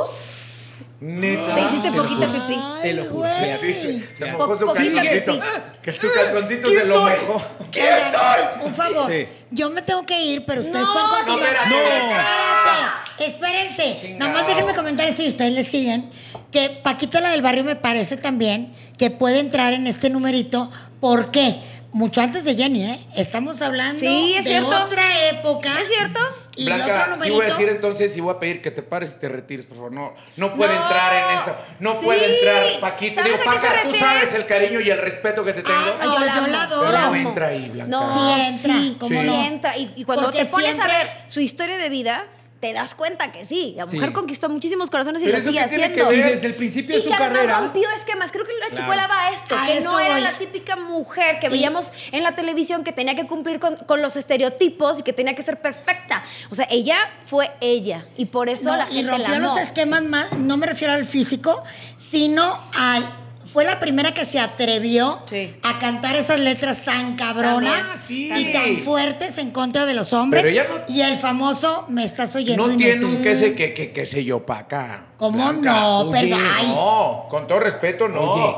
[SPEAKER 2] Neta.
[SPEAKER 4] Te hiciste
[SPEAKER 3] te lo
[SPEAKER 4] poquita
[SPEAKER 3] juro.
[SPEAKER 4] pipí.
[SPEAKER 1] Ay,
[SPEAKER 3] Te lo juro.
[SPEAKER 1] güey.
[SPEAKER 3] Sí,
[SPEAKER 2] Sí, se
[SPEAKER 3] Ya.
[SPEAKER 2] mojó su
[SPEAKER 4] Po- poquito
[SPEAKER 2] calzoncito.
[SPEAKER 4] pipí.
[SPEAKER 2] Ah, Que su calzoncito
[SPEAKER 3] ¿Quién
[SPEAKER 2] se lo
[SPEAKER 3] soy?
[SPEAKER 2] mejó.
[SPEAKER 1] Oigan, Un favor.
[SPEAKER 3] Sí.
[SPEAKER 1] Yo me tengo que ir, pero ustedes
[SPEAKER 4] No,
[SPEAKER 1] pueden
[SPEAKER 4] no,
[SPEAKER 1] continuar.
[SPEAKER 2] no,
[SPEAKER 1] espérate. Espérense.
[SPEAKER 2] Chingao.
[SPEAKER 1] Nada más déjenme comentar esto y ustedes le siguen. Que Paquita la del barrio me parece también que puede entrar en este numerito. ¿Por qué? Mucho antes de Jenny, ¿eh? Estamos hablando
[SPEAKER 4] Sí, es
[SPEAKER 1] de
[SPEAKER 4] cierto.
[SPEAKER 1] otra época.
[SPEAKER 4] ¿Es cierto?
[SPEAKER 1] Y de otro
[SPEAKER 2] Blanca,
[SPEAKER 1] numerito.
[SPEAKER 2] sí voy a decir entonces, sí voy a pedir que te pares y te retires, por favor. No, no puede
[SPEAKER 4] No.
[SPEAKER 2] entrar en esto. No
[SPEAKER 4] Sí.
[SPEAKER 2] puede entrar, Paquita.
[SPEAKER 4] ¿Sabes
[SPEAKER 2] Digo,
[SPEAKER 4] a qué
[SPEAKER 2] Paca,
[SPEAKER 4] se
[SPEAKER 2] tú
[SPEAKER 4] refiere?
[SPEAKER 2] sabes el cariño y el respeto que te tengo.
[SPEAKER 1] Ah, no, yo la adoro.
[SPEAKER 2] Pero no
[SPEAKER 4] amo.
[SPEAKER 2] entra ahí, Blanca.
[SPEAKER 4] No,
[SPEAKER 1] Sí entra,
[SPEAKER 4] sí,
[SPEAKER 1] ¿cómo
[SPEAKER 4] sí
[SPEAKER 1] no?
[SPEAKER 4] entra. Y, y cuando
[SPEAKER 1] Porque
[SPEAKER 4] te pones
[SPEAKER 1] siempre-
[SPEAKER 4] a ver su historia de vida, te das cuenta que sí. La mujer
[SPEAKER 3] Sí.
[SPEAKER 4] conquistó muchísimos corazones y
[SPEAKER 2] Pero
[SPEAKER 4] lo
[SPEAKER 2] eso
[SPEAKER 4] sigue
[SPEAKER 2] qué tiene que
[SPEAKER 4] haciendo.
[SPEAKER 2] ver.
[SPEAKER 3] Y desde el principio
[SPEAKER 4] Y
[SPEAKER 3] de su
[SPEAKER 4] que además
[SPEAKER 3] carrera-
[SPEAKER 4] rompió esquemas. Creo que la
[SPEAKER 3] Claro.
[SPEAKER 4] chicuela va a esto,
[SPEAKER 1] A
[SPEAKER 4] que
[SPEAKER 1] eso
[SPEAKER 4] no era
[SPEAKER 1] voy.
[SPEAKER 4] la típica mujer que
[SPEAKER 1] Y-
[SPEAKER 4] veíamos en la televisión que tenía que cumplir con, con los estereotipos y que tenía que ser perfecta. O sea, ella fue ella. Y por eso
[SPEAKER 1] No,
[SPEAKER 4] la
[SPEAKER 1] y
[SPEAKER 4] gente la
[SPEAKER 1] rompió
[SPEAKER 4] amó.
[SPEAKER 1] los esquemas más, no me refiero al físico, sino al. Fue la primera que se atrevió
[SPEAKER 4] Sí.
[SPEAKER 1] a cantar esas letras tan cabronas
[SPEAKER 2] Ah, sí.
[SPEAKER 1] y tan fuertes en contra de los hombres.
[SPEAKER 2] Pero ella no-
[SPEAKER 1] y el famoso me estás oyendo.
[SPEAKER 2] No tiene
[SPEAKER 1] inútil".
[SPEAKER 2] un qué sé qué, qué, qué sé yo, Paca.
[SPEAKER 1] ¿Cómo
[SPEAKER 2] Blanca.
[SPEAKER 1] no?
[SPEAKER 3] oye,
[SPEAKER 1] Perdón. Ay,
[SPEAKER 2] No, con todo respeto, no.
[SPEAKER 3] Oye.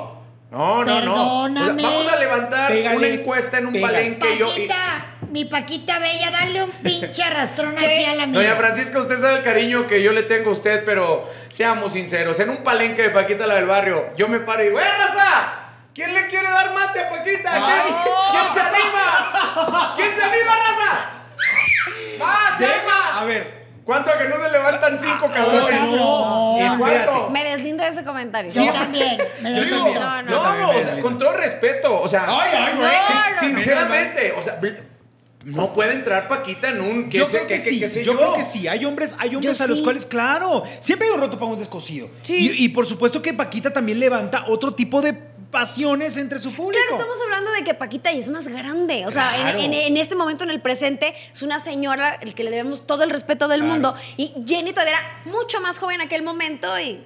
[SPEAKER 2] no, no, no. O
[SPEAKER 1] Perdóname.
[SPEAKER 2] sea, Vamos a levantar
[SPEAKER 3] Pégale,
[SPEAKER 2] una encuesta en un
[SPEAKER 3] pégale.
[SPEAKER 2] palenque. Yo, y-
[SPEAKER 1] Paquita, mi Paquita Bella, dale un pinche arrastrón
[SPEAKER 4] <laughs> Sí.
[SPEAKER 1] aquí a la mía.
[SPEAKER 2] Doña Francisca, usted sabe el cariño que yo le tengo a usted, pero seamos sinceros, en un palenque de Paquita la del barrio, yo me paro y digo, ¡Eh, raza! ¿Quién le quiere dar mate a Paquita? ¿Quién, quién se anima? ¿Quién se anima, raza? ¡Va, se anima!
[SPEAKER 3] A ver. Ah,
[SPEAKER 2] ¿Cuánto a que no se levantan cinco cabrones?
[SPEAKER 1] no, no,
[SPEAKER 2] ¿Y
[SPEAKER 3] espérate.
[SPEAKER 2] cuánto?
[SPEAKER 4] Me deslindo de ese comentario.
[SPEAKER 1] Yo también. Me
[SPEAKER 2] Yo digo,
[SPEAKER 1] deslindo.
[SPEAKER 2] no, no,
[SPEAKER 4] Yo
[SPEAKER 3] también,
[SPEAKER 2] o sea,
[SPEAKER 3] Belinda.
[SPEAKER 2] con todo respeto, o sea,
[SPEAKER 3] Ay, ay,
[SPEAKER 4] güey.
[SPEAKER 2] sin-
[SPEAKER 4] No, no, no.
[SPEAKER 2] sinceramente, o sea, bl- no puede entrar Paquita en un qué
[SPEAKER 3] yo
[SPEAKER 2] sé
[SPEAKER 3] creo que
[SPEAKER 2] qué, qué-
[SPEAKER 3] sí,
[SPEAKER 2] qué sé
[SPEAKER 3] yo, creo que sí. Hay hombres, hay hombres
[SPEAKER 4] Yo
[SPEAKER 3] a los
[SPEAKER 4] sí.
[SPEAKER 3] cuales, claro, siempre hay un roto para un descosido.
[SPEAKER 4] Sí.
[SPEAKER 3] Y, y por supuesto que Paquita también levanta otro tipo de pasiones entre su público.
[SPEAKER 4] Claro, estamos hablando de que Paquita ya es más grande. O sea, en-
[SPEAKER 3] Claro.
[SPEAKER 4] en, en este momento, en el presente, es una señora el que le debemos todo el respeto del
[SPEAKER 3] Claro.
[SPEAKER 4] mundo. Y Jenny todavía era mucho más joven en aquel momento y.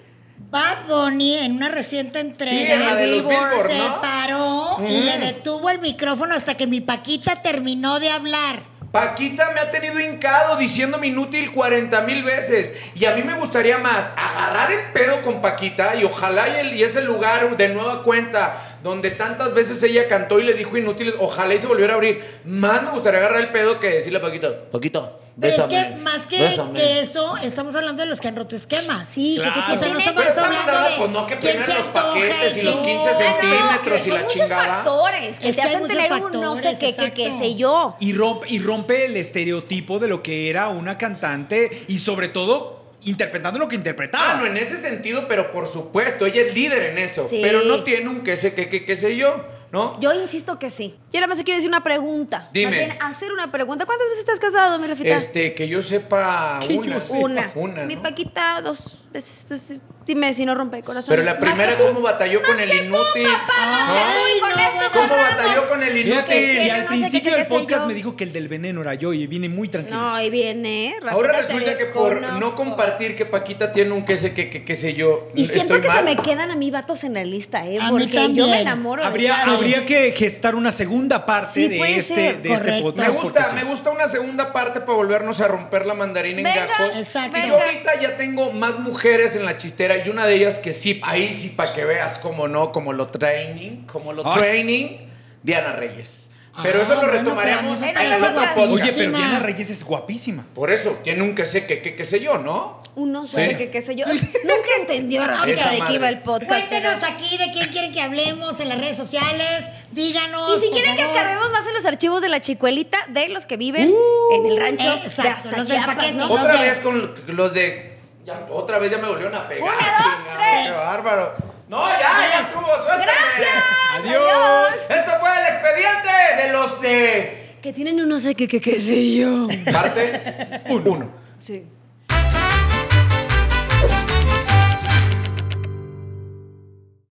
[SPEAKER 1] Bad Bunny en una reciente entrega
[SPEAKER 2] Sí, en la de los
[SPEAKER 4] Billboard
[SPEAKER 2] Billboard,
[SPEAKER 1] se
[SPEAKER 2] ¿no?
[SPEAKER 1] paró y le detuvo el micrófono hasta que mi Paquita terminó de hablar.
[SPEAKER 2] Paquita me ha tenido hincado diciéndome inútil 40 mil veces. Y a mí me gustaría más agarrar el pedo con Paquita y ojalá y, el- y ese lugar de nueva cuenta donde tantas veces ella cantó y le dijo inútiles, ojalá y se volviera a abrir. Más me gustaría agarrar el pedo que decirle a Paquita, Paquita,
[SPEAKER 1] Pero
[SPEAKER 2] bésame,
[SPEAKER 1] es que más que,
[SPEAKER 2] bésame".
[SPEAKER 1] que eso, estamos hablando de los que han roto esquemas.
[SPEAKER 4] Sí, que- que-
[SPEAKER 3] Claro.
[SPEAKER 1] O sea, no
[SPEAKER 4] que tiene.
[SPEAKER 1] estamos
[SPEAKER 2] Pero estamos
[SPEAKER 1] hablando
[SPEAKER 2] hablando,
[SPEAKER 1] de
[SPEAKER 2] pues, no, que
[SPEAKER 1] quién
[SPEAKER 2] primero
[SPEAKER 1] se
[SPEAKER 2] los
[SPEAKER 1] antoja y
[SPEAKER 2] paquetes y los
[SPEAKER 1] quién-
[SPEAKER 2] 15
[SPEAKER 1] Ah, no,
[SPEAKER 2] centímetros y
[SPEAKER 4] son
[SPEAKER 2] la
[SPEAKER 4] muchos
[SPEAKER 2] chingada.
[SPEAKER 4] factores que
[SPEAKER 1] Es
[SPEAKER 4] te
[SPEAKER 1] que hay
[SPEAKER 4] hacen
[SPEAKER 1] muchos
[SPEAKER 4] tener un no sé
[SPEAKER 1] factores,
[SPEAKER 4] qué, qué, qué
[SPEAKER 1] exacto.
[SPEAKER 4] sé yo.
[SPEAKER 3] Y rompe, y rompe el estereotipo de lo que era una cantante y sobre todo interpretando lo que interpretaba.
[SPEAKER 2] Ah, no, en ese sentido, pero por supuesto, ella es líder en eso.
[SPEAKER 4] Sí.
[SPEAKER 2] Pero no tiene un qué sé qué, qué, qué sé yo. ¿no?
[SPEAKER 4] Yo insisto que sí. Yo nada más te quiero decir una pregunta.
[SPEAKER 2] Dime.
[SPEAKER 4] Más bien, hacer una pregunta. ¿Cuántas veces estás casado, mi Rafita?
[SPEAKER 2] Este, que yo sepa
[SPEAKER 3] Que yo
[SPEAKER 2] una.
[SPEAKER 3] sepa.
[SPEAKER 4] Una.
[SPEAKER 2] Una,
[SPEAKER 4] Mi
[SPEAKER 2] ¿no?
[SPEAKER 4] Paquita, dos veces. Entonces, dime si no rompe corazones.
[SPEAKER 2] Pero la
[SPEAKER 4] Más
[SPEAKER 2] primera,
[SPEAKER 4] que tú.
[SPEAKER 2] ¿cómo batalló con
[SPEAKER 4] Más
[SPEAKER 2] el
[SPEAKER 4] que tú,
[SPEAKER 2] inútil? ¿Ah?
[SPEAKER 4] papá, más que
[SPEAKER 1] Ay,
[SPEAKER 4] tú, y con este
[SPEAKER 1] no,
[SPEAKER 4] esto
[SPEAKER 1] bueno.
[SPEAKER 2] pues, ¿Cómo
[SPEAKER 4] cerramos.
[SPEAKER 2] batalló con el
[SPEAKER 3] Mira que-
[SPEAKER 2] inútil?
[SPEAKER 4] quiero,
[SPEAKER 3] y al
[SPEAKER 4] no sé qué
[SPEAKER 3] principio
[SPEAKER 4] te
[SPEAKER 3] del
[SPEAKER 4] sé
[SPEAKER 3] podcast
[SPEAKER 4] yo.
[SPEAKER 3] me dijo que el del veneno era yo y viene muy tranquilo.
[SPEAKER 4] No, y viene. Rafita,
[SPEAKER 2] Ahora
[SPEAKER 4] te
[SPEAKER 2] resulta que por no
[SPEAKER 4] desconozco.
[SPEAKER 2] compartir que Paquita tiene un que sé que, que, que sé yo.
[SPEAKER 4] Y siento
[SPEAKER 2] estoy
[SPEAKER 4] que
[SPEAKER 2] mal.
[SPEAKER 4] se me quedan a mí vatos en la lista, ¿eh?
[SPEAKER 1] A mí
[SPEAKER 4] Porque yo
[SPEAKER 1] también.
[SPEAKER 4] me enamoro de
[SPEAKER 3] Habría,
[SPEAKER 4] cada-
[SPEAKER 3] habría que gestar una segunda parte
[SPEAKER 4] Sí,
[SPEAKER 3] de,
[SPEAKER 4] puede
[SPEAKER 3] este,
[SPEAKER 4] ser.
[SPEAKER 3] de este
[SPEAKER 1] Correcto.
[SPEAKER 2] Me
[SPEAKER 3] podcast. porque
[SPEAKER 2] gusta,
[SPEAKER 3] sí.
[SPEAKER 2] me gusta una segunda parte para volvernos a romper la mandarina en
[SPEAKER 4] Venga,
[SPEAKER 2] gajos.
[SPEAKER 1] Exacto.
[SPEAKER 2] Y
[SPEAKER 4] venga.
[SPEAKER 2] yo ahorita ya tengo más mujeres en la chistera y una de ellas que sí, ahí sí para que veas cómo no, como lo training, como lo
[SPEAKER 3] Ay.
[SPEAKER 2] training, Diana Reyes. Pero
[SPEAKER 1] Ah,
[SPEAKER 2] eso lo
[SPEAKER 1] bueno,
[SPEAKER 2] retomaremos
[SPEAKER 1] pero a mí me
[SPEAKER 2] en el
[SPEAKER 4] parece
[SPEAKER 2] otro
[SPEAKER 4] guapísima.
[SPEAKER 2] podcast.
[SPEAKER 3] Oye, pero
[SPEAKER 1] Guapísima.
[SPEAKER 3] Diana Reyes es guapísima.
[SPEAKER 2] Por eso, tiene un que sé que, que, que sé yo, ¿no?
[SPEAKER 4] Uno sabe
[SPEAKER 2] Sí.
[SPEAKER 4] que qué sé yo. Nunca entendió
[SPEAKER 2] Esa
[SPEAKER 4] Rafita de
[SPEAKER 2] madre.
[SPEAKER 4] qué iba el podcast. pero-
[SPEAKER 1] Cuéntenos aquí de quién quieren que hablemos en las redes sociales. Díganos.
[SPEAKER 4] Y si
[SPEAKER 1] por
[SPEAKER 4] quieren que
[SPEAKER 1] favor.
[SPEAKER 4] escarbemos más en los archivos de la chicuelita de los que viven en el rancho de
[SPEAKER 1] exacto,
[SPEAKER 4] hasta
[SPEAKER 1] los del
[SPEAKER 4] Chiapas,
[SPEAKER 1] paquete.
[SPEAKER 4] ¿no?
[SPEAKER 1] Otra-
[SPEAKER 2] Otra
[SPEAKER 1] sé.
[SPEAKER 2] vez con los de. ya, otra vez ya me volvieron a pegar.
[SPEAKER 4] Una, dos,
[SPEAKER 2] chingado,
[SPEAKER 4] tres.
[SPEAKER 2] ¡Qué bárbaro! ¡No, ya! ¡Ya estuvo! ¡Suéltame!
[SPEAKER 4] ¡Gracias!
[SPEAKER 2] ¡Adiós! Esto fue el expediente de los de. <laughs>
[SPEAKER 4] Que tienen un no sé qué, qué, qué sé yo.
[SPEAKER 2] Parte 1.
[SPEAKER 4] Sí.